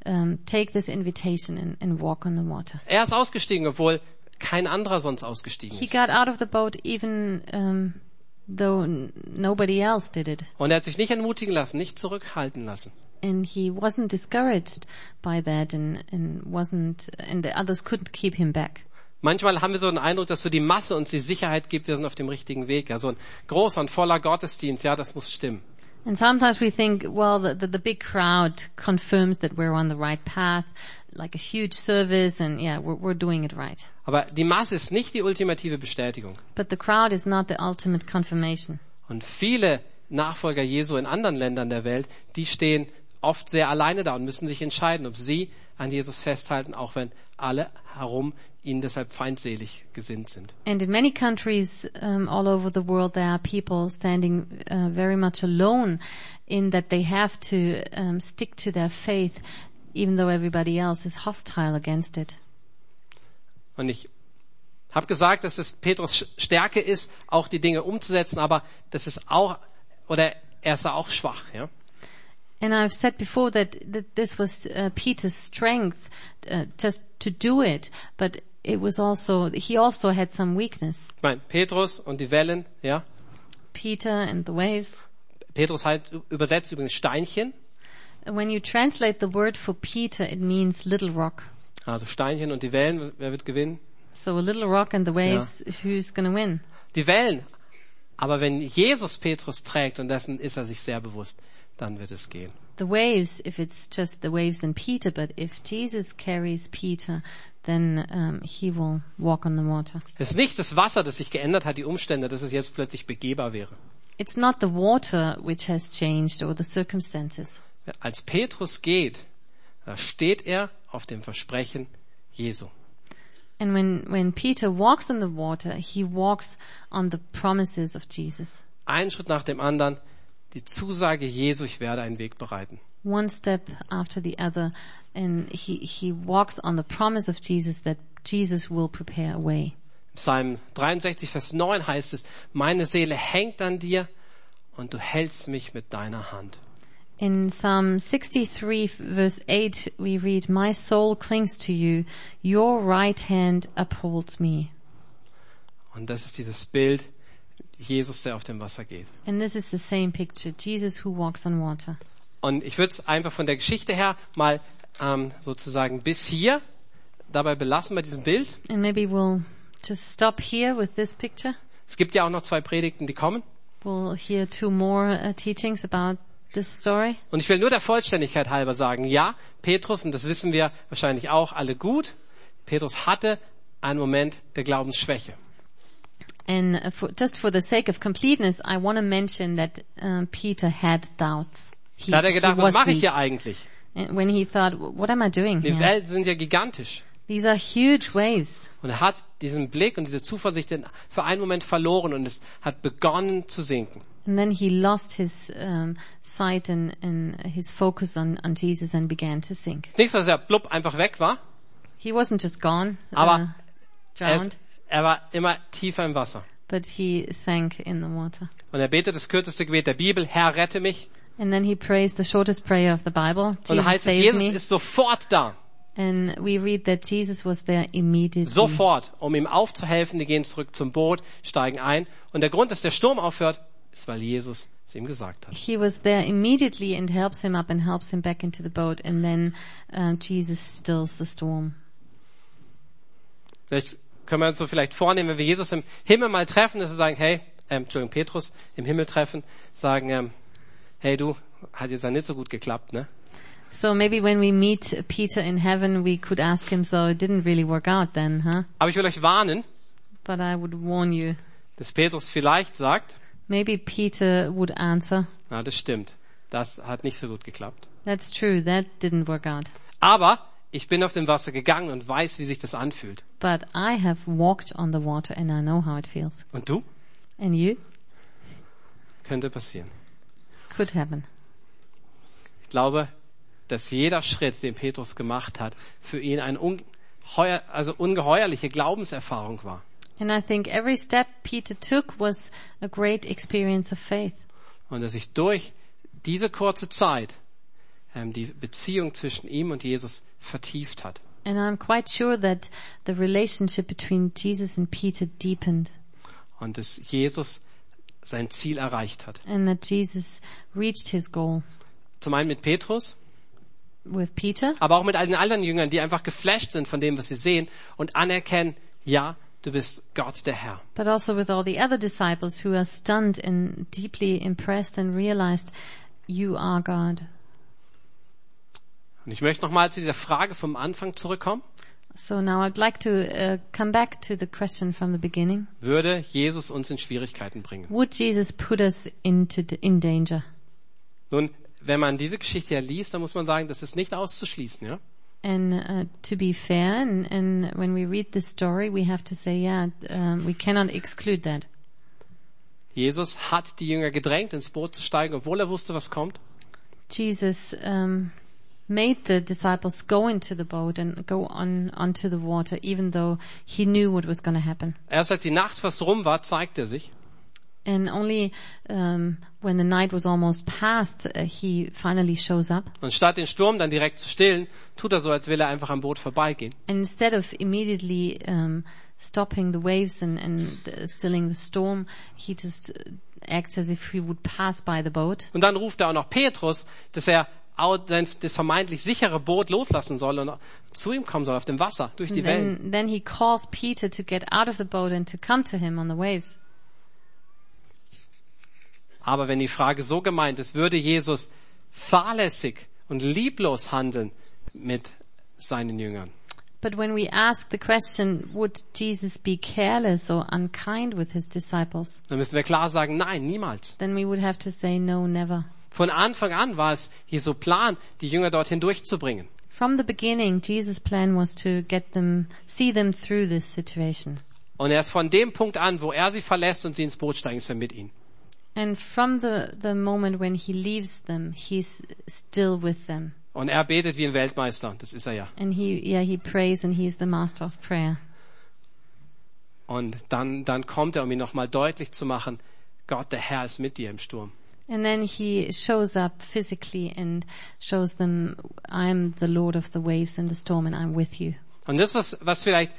Speaker 2: um, take this invitation and, and walk on the water.
Speaker 1: Er ist ausgestiegen, obwohl kein anderer sonst ausgestiegen
Speaker 2: He
Speaker 1: ist.
Speaker 2: got out of the boat even um, though n- nobody else did it.
Speaker 1: Und er hat sich nicht entmutigen lassen, nicht zurückhalten lassen.
Speaker 2: And he wasn't discouraged by that and, and wasn't, and the others couldn't keep him back.
Speaker 1: Manchmal haben wir so den Eindruck, dass so die Masse uns die Sicherheit gibt, wir sind auf dem richtigen Weg. Ja, so ein großer und voller Gottesdienst, ja, das muss stimmen.
Speaker 2: And sometimes we think, well, the, the, the big crowd confirms that we're on the right path, like a huge service, and yeah, we're, we're doing it right.
Speaker 1: Aber die Masse ist nicht die ultimative Bestätigung.
Speaker 2: But the crowd is not the ultimate confirmation.
Speaker 1: Und viele Nachfolger Jesu in anderen Ländern der Welt, die stehen oft sehr alleine da und müssen sich entscheiden, ob sie an Jesus festhalten, auch wenn alle herum ihnen deshalb feindselig gesinnt sind.
Speaker 2: And in many countries um, all over the world, there are people standing uh, very much alone in that they have to um, stick to their faith, even though everybody else is hostile against it.
Speaker 1: Und ich habe gesagt, dass es Petrus Sch- Stärke ist, auch die Dinge umzusetzen, aber das ist auch, oder er ist da auch schwach, ja.
Speaker 2: And I've said before that, that this was uh, Peter's strength, uh, just to do it, but it was also, he also had some weakness.
Speaker 1: Ich meine, Petrus und die Wellen, ja.
Speaker 2: Peter and the waves.
Speaker 1: Petrus halt übersetzt übrigens Steinchen,
Speaker 2: When you translate the word for Peter, it means little rock.
Speaker 1: also Steinchen und die Wellen, wer wird gewinnen?
Speaker 2: So a little rock and the waves, who's gonna win?
Speaker 1: die Wellen. Aber wenn Jesus Petrus trägt, und dessen ist er sich sehr bewusst, dann wird es gehen.
Speaker 2: The waves, if it's just the waves and Peter, but if Jesus carries Peter, then um, he will walk on the water.
Speaker 1: Es ist nicht das Wasser, das sich geändert hat, die Umstände, dass es jetzt plötzlich begehbar wäre.
Speaker 2: It's not the water which has changed or the circumstances.
Speaker 1: Als Petrus geht, da steht er auf dem Versprechen Jesu.
Speaker 2: And when, when Peter walks on the water, he walks on the promises of Jesus.
Speaker 1: Ein Schritt nach dem anderen, die Zusage Jesu, ich werde einen Weg bereiten.
Speaker 2: One step after the other, and he, he walks on the promise of Jesus that Jesus will prepare a way.
Speaker 1: Psalm 63, Vers 9 heißt es, meine Seele hängt an dir und du hältst mich mit deiner Hand.
Speaker 2: In Psalm 63 verse 8 we read, My soul clings to you, your right hand upholds me.
Speaker 1: Und das ist dieses Bild, Jesus, der auf dem Wasser geht.
Speaker 2: And this is the same picture, Jesus who walks on water.
Speaker 1: Und ich würde es einfach von der Geschichte her mal ähm, sozusagen bis hier dabei belassen bei diesem Bild.
Speaker 2: And maybe we'll just stop here with this picture.
Speaker 1: Es gibt ja auch noch zwei Predigten, die kommen.
Speaker 2: We'll hear two more uh, teachings about this story.
Speaker 1: Und ich will nur der Vollständigkeit halber sagen, ja, Petrus, und das wissen wir wahrscheinlich auch alle gut, Petrus hatte einen Moment der Glaubensschwäche.
Speaker 2: And uh, for, just for the sake of completeness, I want to mention that um, Peter had doubts. He,
Speaker 1: Da hat er
Speaker 2: he
Speaker 1: gedacht, was
Speaker 2: was
Speaker 1: mache ich
Speaker 2: weak.
Speaker 1: hier eigentlich?
Speaker 2: And When he thought, what am I doing
Speaker 1: Die
Speaker 2: here?
Speaker 1: Wellen sind ja gigantisch.
Speaker 2: These are huge waves.
Speaker 1: Und er hat diesen Blick und diese Zuversicht in- für einen Moment verloren und es hat begonnen zu sinken.
Speaker 2: And then he lost his um, sight and, and his focus on, on Jesus and began to sink.
Speaker 1: Nichts, dass er blub einfach weg war,
Speaker 2: He wasn't just gone,
Speaker 1: Aber
Speaker 2: uh,
Speaker 1: er,
Speaker 2: drowned,
Speaker 1: ist- er war immer tiefer im Wasser.
Speaker 2: but he sank in the water.
Speaker 1: Und er betet das kürzeste Gebet der Bibel, Herr, rette mich.
Speaker 2: And then he prays the shortest prayer of the Bible,
Speaker 1: Und dann
Speaker 2: Jesus
Speaker 1: heißt es,
Speaker 2: save
Speaker 1: Jesus
Speaker 2: me.
Speaker 1: ist sofort da.
Speaker 2: And we read that Jesus was there immediately.
Speaker 1: Sofort, um ihm aufzuhelfen. Die gehen zurück zum Boot, steigen ein. Und der Grund, dass der Sturm aufhört, ist, weil Jesus es ihm gesagt hat.
Speaker 2: He was there immediately and helps him up and helps him back into the boat. And then um, Jesus stills the storm.
Speaker 1: Vielleicht können wir uns so vielleicht vornehmen, wenn wir Jesus im Himmel mal treffen, dass wir sagen, hey, ähm, Entschuldigung, Petrus im Himmel treffen, sagen, ähm, hey du, hat jetzt ja nicht so gut geklappt, ne?
Speaker 2: So maybe when we meet Peter in heaven, we could ask him, so it didn't really work out then, huh?
Speaker 1: Aber ich will euch warnen,
Speaker 2: But I would warn you.
Speaker 1: dass Petrus vielleicht sagt,
Speaker 2: Maybe Peter would answer,
Speaker 1: na, das stimmt. Das hat nicht so gut geklappt.
Speaker 2: that's true, that didn't work out.
Speaker 1: Aber ich bin auf dem Wasser gegangen und weiß, wie sich das anfühlt.
Speaker 2: But I have walked on the water and I know how it feels.
Speaker 1: Und du?
Speaker 2: And you?
Speaker 1: Könnte passieren.
Speaker 2: Could happen.
Speaker 1: Ich glaube, dass jeder Schritt, den Petrus gemacht hat, für ihn eine ungeheuer, also ungeheuerliche Glaubenserfahrung war.
Speaker 2: And I think every step Peter took was a great experience of faith.
Speaker 1: Und dass sich durch diese kurze Zeit ähm, die Beziehung zwischen ihm und Jesus vertieft hat.
Speaker 2: And I'm quite sure that the relationship between Jesus and Peter deepened
Speaker 1: Und dass Jesus sein Ziel erreicht hat.
Speaker 2: and that Jesus reached his goal
Speaker 1: Zum einen mit Petrus,
Speaker 2: with Peter,
Speaker 1: aber auch mit all den anderen Jüngern, die einfach geflasht sind von dem, was sie sehen und anerkennen, ja, du bist Gott der Herr.
Speaker 2: but also with all the other disciples who are stunned and deeply impressed and realized you are God.
Speaker 1: Und ich möchte nochmal zu dieser Frage vom Anfang zurückkommen.
Speaker 2: So now I'd like to uh, come back to the question from the beginning.
Speaker 1: Würde Jesus uns in Schwierigkeiten bringen?
Speaker 2: Would Jesus put us into d in danger?
Speaker 1: Nun, wenn man diese Geschichte ja liest, dann muss man sagen, das ist nicht auszuschließen, ja?
Speaker 2: And uh, to be fair, and, and when we read this story, we have to say, yeah, um, we cannot exclude that.
Speaker 1: Jesus hat die Jünger gedrängt, ins Boot zu steigen, obwohl er wusste, was kommt.
Speaker 2: Jesus um, made the disciples go into the boat and go on onto the water, even though he knew what was going to happen.
Speaker 1: Erst als die Nacht fast rum war, zeigt er sich.
Speaker 2: And only um, when the night was almost past, uh, he finally shows up.
Speaker 1: Und statt den Sturm dann direkt zu stillen, tut er so, als will er einfach am Boot vorbeigehen.
Speaker 2: And instead of immediately um, stopping the waves and, and uh, stilling the storm, he just uh, acts as if he would pass by the boat.
Speaker 1: Und dann ruft er auch noch Petrus, dass er au- sein- das vermeintlich sichere Boot loslassen soll und zu ihm kommen soll auf dem Wasser, durch die Wellen.
Speaker 2: Then, then he calls Peter to get out of the boat and to come to him on the waves.
Speaker 1: Aber wenn die Frage so gemeint ist, würde Jesus fahrlässig und lieblos handeln mit seinen Jüngern?
Speaker 2: But when we ask the question, would Jesus be careless or unkind with his disciples?
Speaker 1: Dann müssen wir klar sagen, nein, niemals.
Speaker 2: Then we would have to say no, never.
Speaker 1: Von Anfang an war es Jesu Plan, die Jünger dorthin durchzubringen.
Speaker 2: From the beginning, Jesus' plan was to get them, see them through this situation.
Speaker 1: Und erst von dem Punkt an, wo er sie verlässt und sie ins Boot steigen, ist er mit ihnen.
Speaker 2: And from the, the moment when he leaves them, he's still with them.
Speaker 1: Und er betet wie ein Weltmeister, das ist er ja.
Speaker 2: And he, yeah, he prays and he's the master of prayer.
Speaker 1: Und dann, dann kommt er, um ihn nochmal deutlich zu machen, Gott, der Herr ist mit dir im Sturm.
Speaker 2: And then he shows up physically and shows them, I'm the Lord of the waves and the storm and I'm with you.
Speaker 1: Und das, was, was vielleicht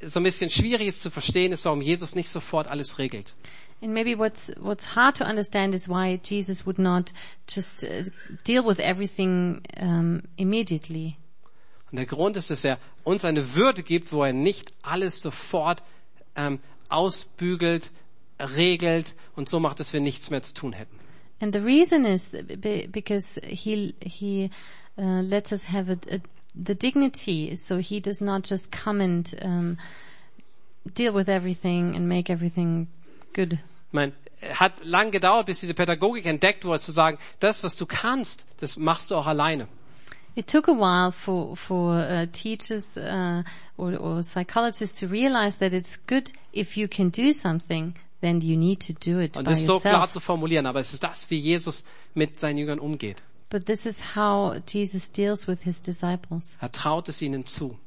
Speaker 1: so ein bisschen schwierig ist zu verstehen, ist, warum Jesus nicht sofort alles regelt.
Speaker 2: And maybe what's, what's hard to understand is why Jesus would not just uh, deal with everything, um, immediately.
Speaker 1: Und der Grund ist, dass er uns eine Würde gibt, wo er nicht alles sofort ähm, ausbügelt, regelt und so macht, dass wir nichts mehr zu tun hätten.
Speaker 2: And the reason is that be- because he he uh, lets us have a, a, the dignity, so he does not just come and um, deal with everything and make everything good.
Speaker 1: Ich meine, es hat lang gedauert, bis diese Pädagogik entdeckt wurde, zu sagen, das, was du kannst, das machst du auch alleine.
Speaker 2: It took a while for for uh, teachers uh, or, or psychologists to realize that it's good if you can do something, then you need to do it
Speaker 1: Und
Speaker 2: by
Speaker 1: das ist so klar
Speaker 2: yourself.
Speaker 1: zu formulieren, aber es ist das, wie Jesus mit seinen Jüngern umgeht.
Speaker 2: But this is how Jesus deals with his disciples.
Speaker 1: Er traut es ihnen zu.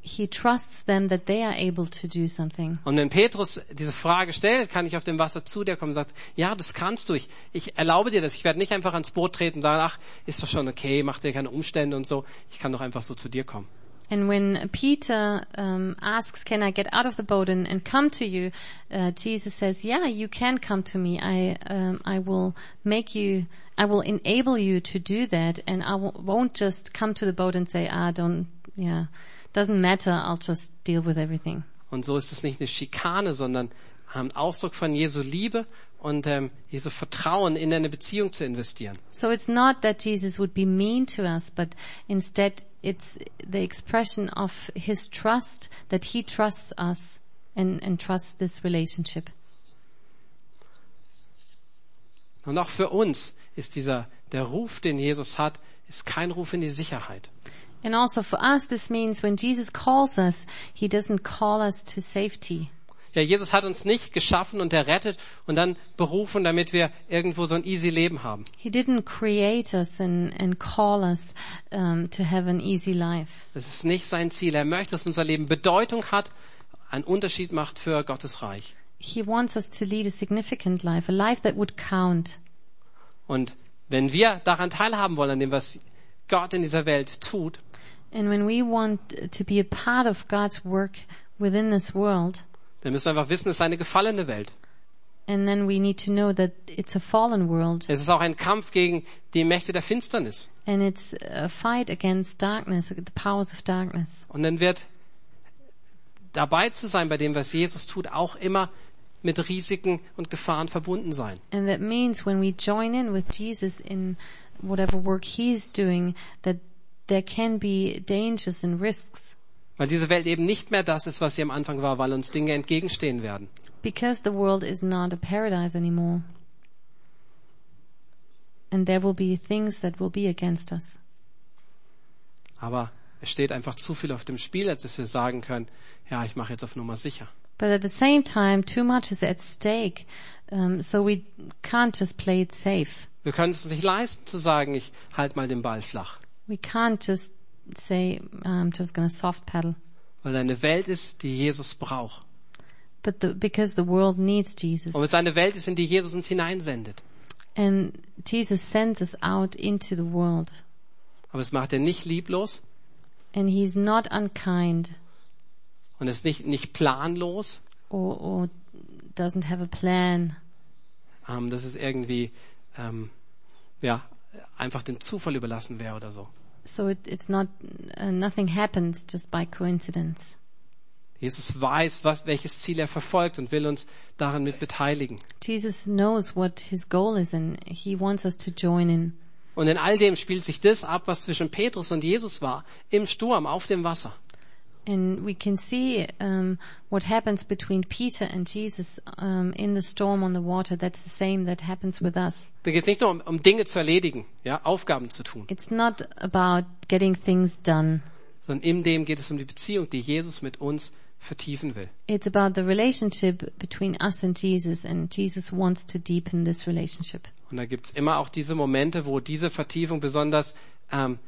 Speaker 2: He trusts them that they are able to do something.
Speaker 1: Und wenn Petrus diese Frage stellt, kann ich auf dem Wasser zu dir kommen und sagt, ja, das kannst du. Ich, ich erlaube dir das. Ich werde nicht einfach ans Boot treten und sagen, ach, ist doch schon okay, mach dir keine Umstände und so. Ich kann doch einfach so zu dir kommen.
Speaker 2: And when Peter um, asks, "Can I get out of the boat and, and come to you?" Uh, Jesus says, "Yeah, you can come to me. I um, I will make you. I will enable you to do that, and I w- won't just come to the boat and say, "Ah, don't. Yeah, doesn't matter. I'll just deal with everything."
Speaker 1: Und so ist es nicht eine Schikane, sondern haben Ausdruck von Jesu Liebe und ähm, Jesu Vertrauen in eine Beziehung zu investieren.
Speaker 2: So it's not that Jesus would be mean to us, but instead it's the expression of his trust that he trusts us and, and trusts this relationship.
Speaker 1: Und auch für uns ist dieser, der Ruf, den Jesus hat, ist kein Ruf in die Sicherheit.
Speaker 2: And also for us, this means when Jesus calls us, he doesn't call us to safety.
Speaker 1: Ja, Jesus hat uns nicht geschaffen und errettet und dann berufen, damit wir irgendwo so ein easy Leben haben.
Speaker 2: He didn't create us and, and call us um, to have an easy life.
Speaker 1: Das ist nicht sein Ziel. Er möchte, dass unser Leben Bedeutung hat, einen Unterschied macht für Gottes Reich.
Speaker 2: He wants us to lead a significant life, a life that would count.
Speaker 1: Und wenn wir daran teilhaben wollen, an dem, was Gott in dieser Welt tut,
Speaker 2: And when we want to be a part of God's work within this world,
Speaker 1: dann müssen wir einfach wissen, es ist eine gefallene Welt.
Speaker 2: and then we need to know that it's a fallen world
Speaker 1: Es ist auch ein Kampf gegen die Mächte der Finsternis.
Speaker 2: and it's a fight against darkness, the powers of darkness.
Speaker 1: Und dann wird dabei zu sein bei dem, was Jesus tut, auch immer mit Risiken und Gefahren verbunden sein.
Speaker 2: And that means when we join in with Jesus in whatever work he's doing, that there can be dangers and risks
Speaker 1: Weil diese Welt eben nicht mehr das ist, was sie am Anfang war, weil uns Dinge entgegenstehen werden.
Speaker 2: because the world is not a paradise anymore. And there will be things that will be against us.
Speaker 1: Aber es steht einfach zu viel auf dem Spiel, als dass wir sagen können, ja, ich mache jetzt auf Nummer sicher.
Speaker 2: But at the same time, too much is at stake. Um, so we can't just play it safe.
Speaker 1: Wir können es uns nicht leisten zu sagen, ich halte mal den Ball flach.
Speaker 2: We can't just say, I'm just going to soft pedal.
Speaker 1: Weil da eine Welt ist, die Jesus braucht.
Speaker 2: But the, because the world needs Jesus.
Speaker 1: Und es eine Welt ist, in die Jesus uns hineinsendet.
Speaker 2: And Jesus sends us out into the world.
Speaker 1: Aber es macht er nicht lieblos
Speaker 2: And he's not unkind
Speaker 1: und es ist nicht, nicht planlos,
Speaker 2: or, or doesn't have a plan.
Speaker 1: ähm, dass es irgendwie ähm, ja, einfach dem Zufall überlassen wäre oder so.
Speaker 2: So it, it's not, uh, nothing happens just by coincidence.
Speaker 1: Jesus weiß, was, welches Ziel er verfolgt und will uns daran mit beteiligen.
Speaker 2: Jesus knows what his goal is and he wants us to join in.
Speaker 1: Und in all dem spielt sich das ab, was zwischen Petrus und Jesus war, im Sturm, auf dem Wasser.
Speaker 2: And we can see um, what happens between Peter and Jesus um, in the storm on the water. That's the same that happens with us.
Speaker 1: Da geht es nicht nur um, um Dinge zu erledigen, ja, Aufgaben zu tun,
Speaker 2: It's not about getting things done.
Speaker 1: sondern in dem geht es um die Beziehung, die Jesus mit uns vertiefen will.
Speaker 2: It's about the relationship between us and Jesus, and Jesus wants to deepen this relationship.
Speaker 1: Und da gibt's immer auch diese Momente, wo diese Vertiefung besonders ähm,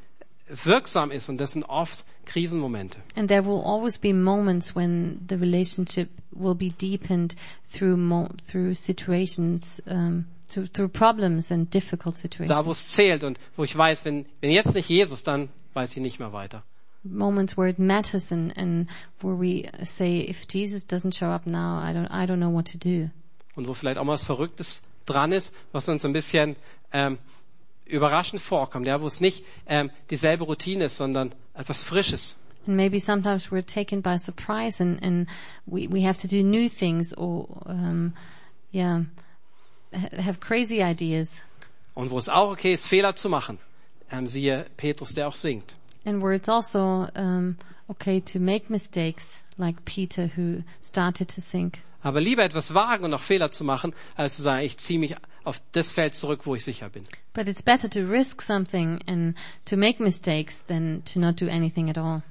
Speaker 1: wirksam ist und das sind oft Krisenmomente.
Speaker 2: And there will always be moments when the relationship will be deepened through mo- through situations, um, through, through problems and difficult
Speaker 1: Da,
Speaker 2: situations.
Speaker 1: wo es zählt und wo ich weiß, wenn, wenn jetzt nicht Jesus, dann weiß ich nicht mehr weiter.
Speaker 2: moments where it matters and, and where we say if Jesus doesn't show up now, I don't I don't know what to do.
Speaker 1: Und wo vielleicht auch mal was Verrücktes dran ist, was uns ein bisschen ähm, überraschend vorkommt, ja, wo es nicht ähm, dieselbe Routine ist, sondern etwas Frisches.
Speaker 2: And maybe sometimes we're taken by surprise and, and we, we have to do new things or um, yeah ha- have crazy ideas
Speaker 1: Und wo es auch okay ist, Fehler zu machen. Ähm, siehe Petrus, der auch singt.
Speaker 2: and where it's also um, okay to make mistakes like Peter who started to sink.
Speaker 1: Aber lieber etwas wagen und auch Fehler zu machen, als zu sagen, ich ziehe mich auf das Feld zurück, wo ich sicher bin.
Speaker 2: But it's better to risk something and to make mistakes than to not do anything at all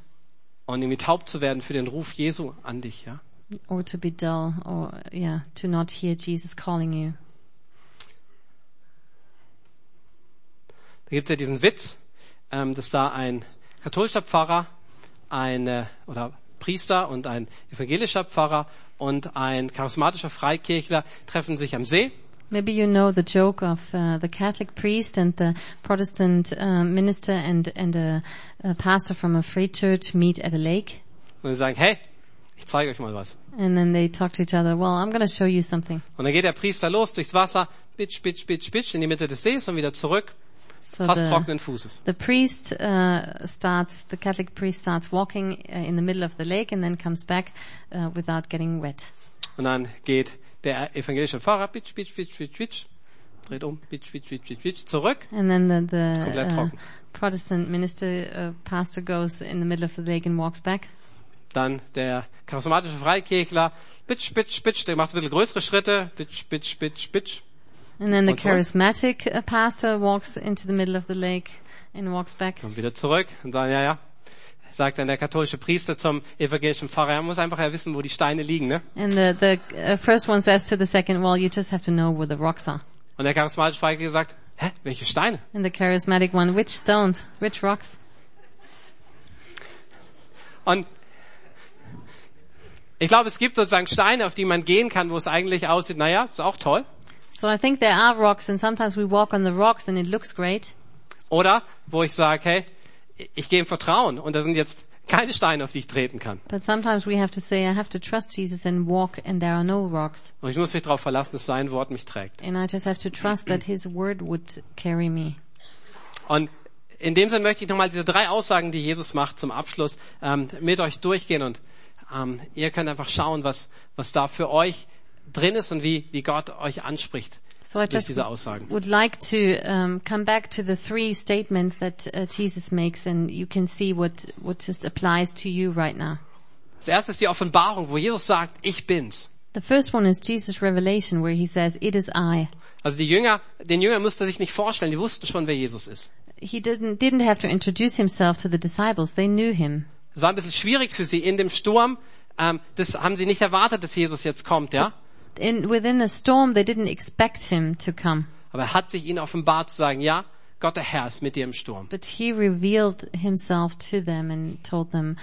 Speaker 1: Und irgendwie taub zu werden für den Ruf Jesu an dich, ja.
Speaker 2: or to be dull or yeah to not hear Jesus calling you.
Speaker 1: Da gibt's ja diesen Witz, ähm, dass da ein katholischer Pfarrer, ein äh, oder Priester und ein evangelischer Pfarrer und ein charismatischer Freikirchler treffen sich am See
Speaker 2: Maybe you know the joke of uh, the Catholic priest and the Protestant uh, minister and and a, a pastor from a free church meet at a lake,
Speaker 1: und sie sagen, hey, ich zeige euch mal was.
Speaker 2: and then they talk to each other. Well, I'm going to show you something.
Speaker 1: Und dann geht der Priester los durchs Wasser, bitsch, bitsch, bitsch, bitsch, in die Mitte des Sees und wieder zurück,
Speaker 2: So
Speaker 1: fast
Speaker 2: the,
Speaker 1: trockenen Fußes.
Speaker 2: the priest uh, starts, the Catholic priest starts walking uh, in the middle of the lake, and then comes back uh, without getting wet.
Speaker 1: Und dann geht der evangelische Pfarrer, bitsch, bitsch, bitsch, bitsch, bitsch, dreht um, bitsch, bitsch, bitsch, bitsch, bitsch, zurück.
Speaker 2: And then the, the
Speaker 1: Komplett
Speaker 2: uh,
Speaker 1: trocken.
Speaker 2: Protestant minister uh, pastor goes in the middle of the lake and walks back.
Speaker 1: Dann der charismatische Freikegler, bitsch, bitsch, bitsch, der macht ein bisschen größere Schritte, bitsch, bitsch, bitsch, bitsch.
Speaker 2: And then the
Speaker 1: What's what?
Speaker 2: charismatic uh, pastor walks into the middle of the lake and walks back.
Speaker 1: Kommt wieder zurück und sagt, ja, ja. Sagt dann der katholische Priester zum evangelischen Pfarrer, er muss einfach ja wissen, wo die Steine liegen, ne?
Speaker 2: And the, the uh, first one says to the second, well, you just have to know where the rocks are.
Speaker 1: Und der charismatische Freikegler sagt, hä, welche Steine?
Speaker 2: And the charismatic one, which stones, which rocks?
Speaker 1: Und ich glaube, es gibt sozusagen Steine, auf die man gehen kann, wo es eigentlich aussieht, naja, ist auch toll.
Speaker 2: So I think there are rocks and sometimes we walk on the rocks and it looks great.
Speaker 1: Oder wo ich sage, hey, ich gehe im Vertrauen und da sind jetzt keine Steine, auf die ich treten kann.
Speaker 2: But sometimes we have to say, I have to trust Jesus and walk and there are no rocks.
Speaker 1: Und ich muss mich darauf verlassen, dass sein Wort mich trägt.
Speaker 2: And I just have to trust that his word would carry me.
Speaker 1: Und in dem Sinne möchte ich nochmal diese drei Aussagen, die Jesus macht, zum Abschluss ähm, mit euch durchgehen und ähm, ihr könnt einfach schauen, was, was da für euch drin ist und wie, wie Gott euch anspricht
Speaker 2: So I
Speaker 1: durch
Speaker 2: just
Speaker 1: diese Aussagen.
Speaker 2: would like to um, come back to the three statements that uh, Jesus makes and you can see what, what just applies to you right now.
Speaker 1: Das erste ist die Offenbarung, wo Jesus sagt, ich bin's.
Speaker 2: The first one is Jesus' revelation where he says, it is I.
Speaker 1: Also die Jünger, den Jünger musste sich nicht vorstellen, die wussten schon, wer Jesus ist.
Speaker 2: He didn't, didn't have to introduce himself to the disciples. They knew him.
Speaker 1: Es war ein bisschen schwierig für sie in dem Sturm. Ähm, das haben sie nicht erwartet, dass Jesus jetzt kommt, ja.
Speaker 2: in within the storm they didn't expect him to come
Speaker 1: Aber er hat sich ihnen offenbart zu sagen, ja, Gott der Herr ist mit dir im Sturm.
Speaker 2: but he revealed himself to them and told them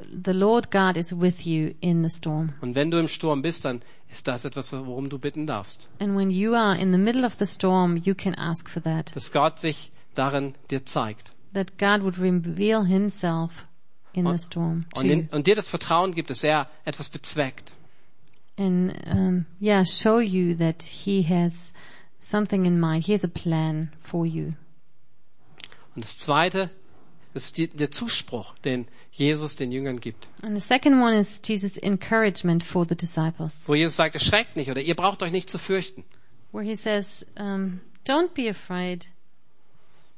Speaker 2: the lord god is with you in the storm
Speaker 1: Und wenn du im Sturm bist, dann ist das etwas, worum du bitten darfst.
Speaker 2: and when you are in the middle of the storm you can ask for that
Speaker 1: Dass Gott sich darin dir zeigt.
Speaker 2: that god would reveal himself in the storm to
Speaker 1: Und,
Speaker 2: you
Speaker 1: in, und dir das Vertrauen gibt, dass er etwas bezweckt.
Speaker 2: and um, yeah show you that he has something in mind he has a plan for you
Speaker 1: Und das Zweite ist die, der Zuspruch, den Jesus den Jüngern gibt.
Speaker 2: and the second one is jesus encouragement for the disciples
Speaker 1: Wo Jesus sagt, erschreckt nicht oder ihr braucht euch nicht zu fürchten.
Speaker 2: where he says, um, "Don't be afraid.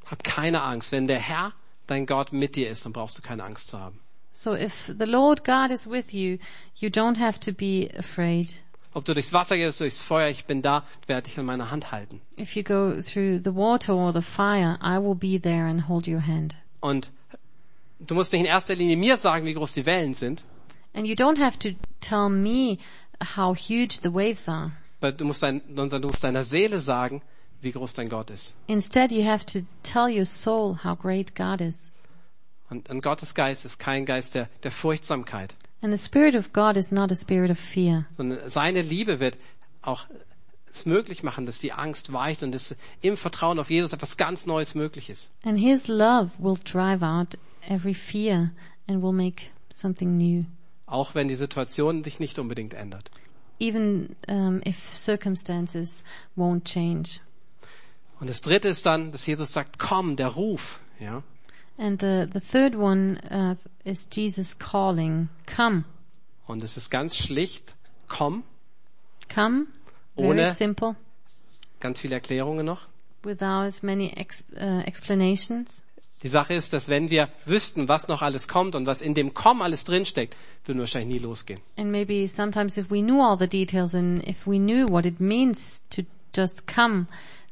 Speaker 1: Hab keine Angst. Wenn der Herr, dein Gott, mit dir ist, dann brauchst du keine Angst zu haben.
Speaker 2: So if the Lord God is with you, you don't have to be afraid.
Speaker 1: Ob du durchs Wasser gehst, durchs Feuer, ich bin da, werde dich an meiner Hand halten.
Speaker 2: If you go through the water or the fire, I will be there and hold your hand."
Speaker 1: Und du musst nicht in erster Linie mir sagen, wie groß die Wellen sind,
Speaker 2: And you don't have to tell me how huge the waves are.
Speaker 1: weil du musst, dein, sondern du musst deiner Seele sagen, wie groß dein Gott ist.
Speaker 2: Instead, you have to tell your soul how great God is.
Speaker 1: Und, und Gottes Geist ist kein Geist der, der Furchtsamkeit,
Speaker 2: And the spirit of God is not a spirit of fear.
Speaker 1: sondern seine Liebe wird auch es möglich machen, dass die Angst weicht und dass im Vertrauen auf Jesus etwas ganz Neues möglich ist.
Speaker 2: And his love will drive out every fear and will make something new.
Speaker 1: Auch wenn die Situation sich nicht unbedingt ändert.
Speaker 2: even um, if circumstances won't change.
Speaker 1: Und das dritte ist dann, dass Jesus sagt, komm, der Ruf, ja.
Speaker 2: And the, the third one uh, is Jesus calling, come,
Speaker 1: Und es ist ganz schlicht, komm,
Speaker 2: come, very
Speaker 1: Ohne-
Speaker 2: simple,
Speaker 1: ganz viele Erklärungen noch.
Speaker 2: without many ex, uh, explanations.
Speaker 1: Die Sache ist, dass wenn wir wüssten, was noch alles kommt und was in dem Komm alles drinsteckt, würden wir wahrscheinlich nie losgehen.
Speaker 2: And maybe sometimes if we knew all the details and if we knew what it means to just come,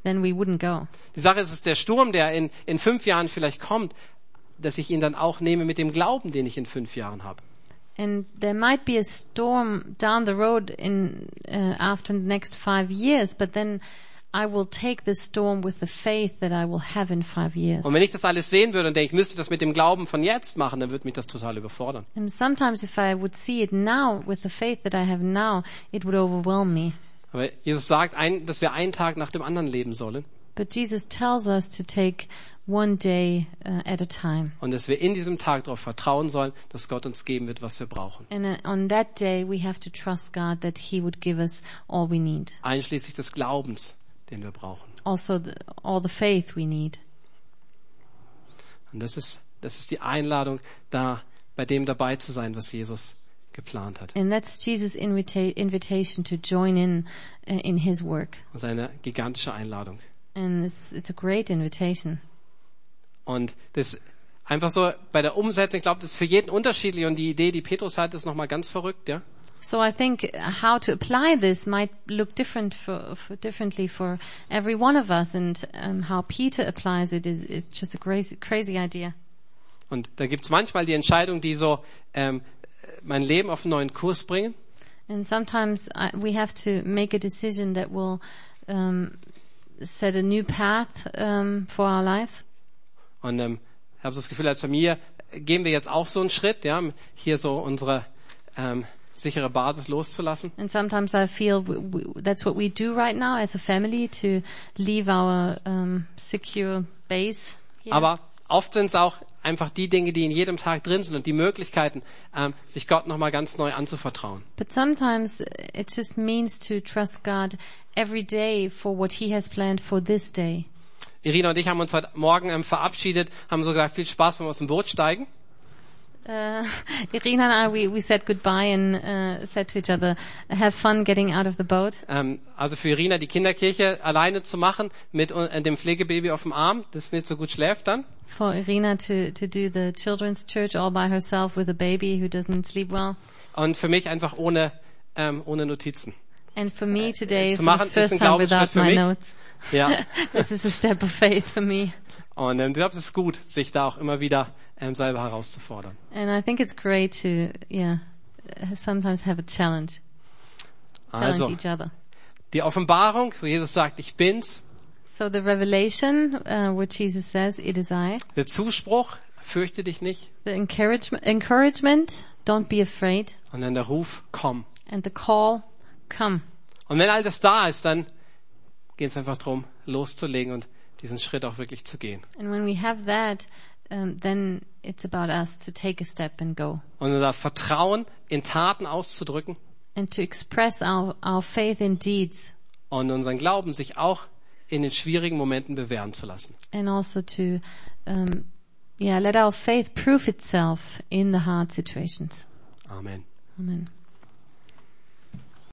Speaker 2: then we wouldn't go.
Speaker 1: Die Sache ist, dass der Sturm, der in, in fünf Jahren vielleicht kommt, dass ich ihn dann auch nehme mit dem Glauben, den ich in fünf Jahren habe.
Speaker 2: And there might be a storm down the road in uh, after the next five years, but then I will take this storm with the faith that I will have in five years.
Speaker 1: Und wenn ich das alles sehen würde und denke, ich müsste das mit dem Glauben von jetzt machen, dann würde mich das total überfordern.
Speaker 2: And sometimes if I would see it now with the faith that I have now, it would overwhelm me.
Speaker 1: Aber Jesus sagt, ein, dass wir einen Tag nach dem anderen leben sollen
Speaker 2: But Jesus tells us to take one day uh, at a time.
Speaker 1: und dass wir in diesem Tag darauf vertrauen sollen, dass Gott uns geben wird, was wir brauchen.
Speaker 2: And uh, on that day, we have to trust God that He would give us all we need.
Speaker 1: Einschließlich des Glaubens, den wir brauchen.
Speaker 2: Also the, all the faith we need.
Speaker 1: Und das ist, das ist die Einladung, da bei dem dabei zu sein, was Jesus geplant hat.
Speaker 2: And that's Jesus' invita- invitation to join in uh, in his work.
Speaker 1: Und seine gigantische Einladung.
Speaker 2: And it's, it's a great invitation.
Speaker 1: Und das einfach so bei der Umsetzung, ich glaube, das ist für jeden unterschiedlich und die Idee, die Petrus hat, ist nochmal ganz verrückt, ja.
Speaker 2: So I think how to apply this might look different for, for differently for every one of us, and um, how Peter applies it is, is just a crazy, crazy idea.
Speaker 1: Und da gibt's manchmal die Entscheidung, die so ähm, mein Leben auf einen neuen Kurs bringen.
Speaker 2: And sometimes I, we have to make a decision that will um, set a new path um, for our life.
Speaker 1: Und ähm, ich habe so das Gefühl, als Familie gehen wir jetzt auch so einen Schritt, ja, hier so unsere ähm, sichere Basis loszulassen.
Speaker 2: And sometimes I feel w w that's what we do right now as a family to leave our um, secure base. here.
Speaker 1: Aber oft sind es auch einfach die Dinge, die in jedem Tag drin sind und die Möglichkeiten, ähm, sich Gott nochmal ganz neu anzuvertrauen.
Speaker 2: But sometimes it just means to trust God every day for what He has planned for this day.
Speaker 1: Irina und ich haben uns heute Morgen ähm, verabschiedet, haben so gesagt, viel Spaß, wenn wir aus dem Boot steigen.
Speaker 2: Uh, Irina and I, we, we said goodbye and uh, said to each other, have fun getting out of the boat.
Speaker 1: Ähm, also für Irina die Kinderkirche alleine zu machen mit äh, dem Pflegebaby auf dem Arm, das nicht so gut schläft dann.
Speaker 2: For Irina to, to do the children's church all by herself with a baby who doesn't sleep well.
Speaker 1: Und für mich einfach ohne, ähm, ohne Notizen.
Speaker 2: And for me today,
Speaker 1: Äh, zu
Speaker 2: for
Speaker 1: machen
Speaker 2: the
Speaker 1: ist
Speaker 2: first
Speaker 1: ein
Speaker 2: time
Speaker 1: Glaubensschritt
Speaker 2: without
Speaker 1: für
Speaker 2: my
Speaker 1: mich.
Speaker 2: notes.
Speaker 1: Ja.
Speaker 2: this is a step of faith for me.
Speaker 1: Und ähm, ich glaube, es ist gut, sich da auch immer wieder ähm, selber herauszufordern.
Speaker 2: And I think it's great to, yeah, uh, sometimes have a challenge, challenge
Speaker 1: Also,
Speaker 2: each other.
Speaker 1: die Offenbarung, wo Jesus sagt, ich bin's,
Speaker 2: So the revelation, uh, what Jesus says, it is I.
Speaker 1: der Zuspruch, fürchte dich nicht,
Speaker 2: The encouragement, encouragement, don't be afraid.
Speaker 1: und dann der Ruf, komm.
Speaker 2: And the call, come.
Speaker 1: Und wenn all das da ist, dann geht es einfach drum, loszulegen und diesen Schritt auch wirklich zu gehen.
Speaker 2: And when we have that, um, then it's about us to take a step and go.
Speaker 1: Und unser Vertrauen in Taten auszudrücken
Speaker 2: And to express our, our faith in deeds.
Speaker 1: und unseren Glauben sich auch in den schwierigen Momenten bewähren zu lassen.
Speaker 2: And also to, um, yeah, let our faith prove itself in the hard situations.
Speaker 1: Amen.
Speaker 2: Amen.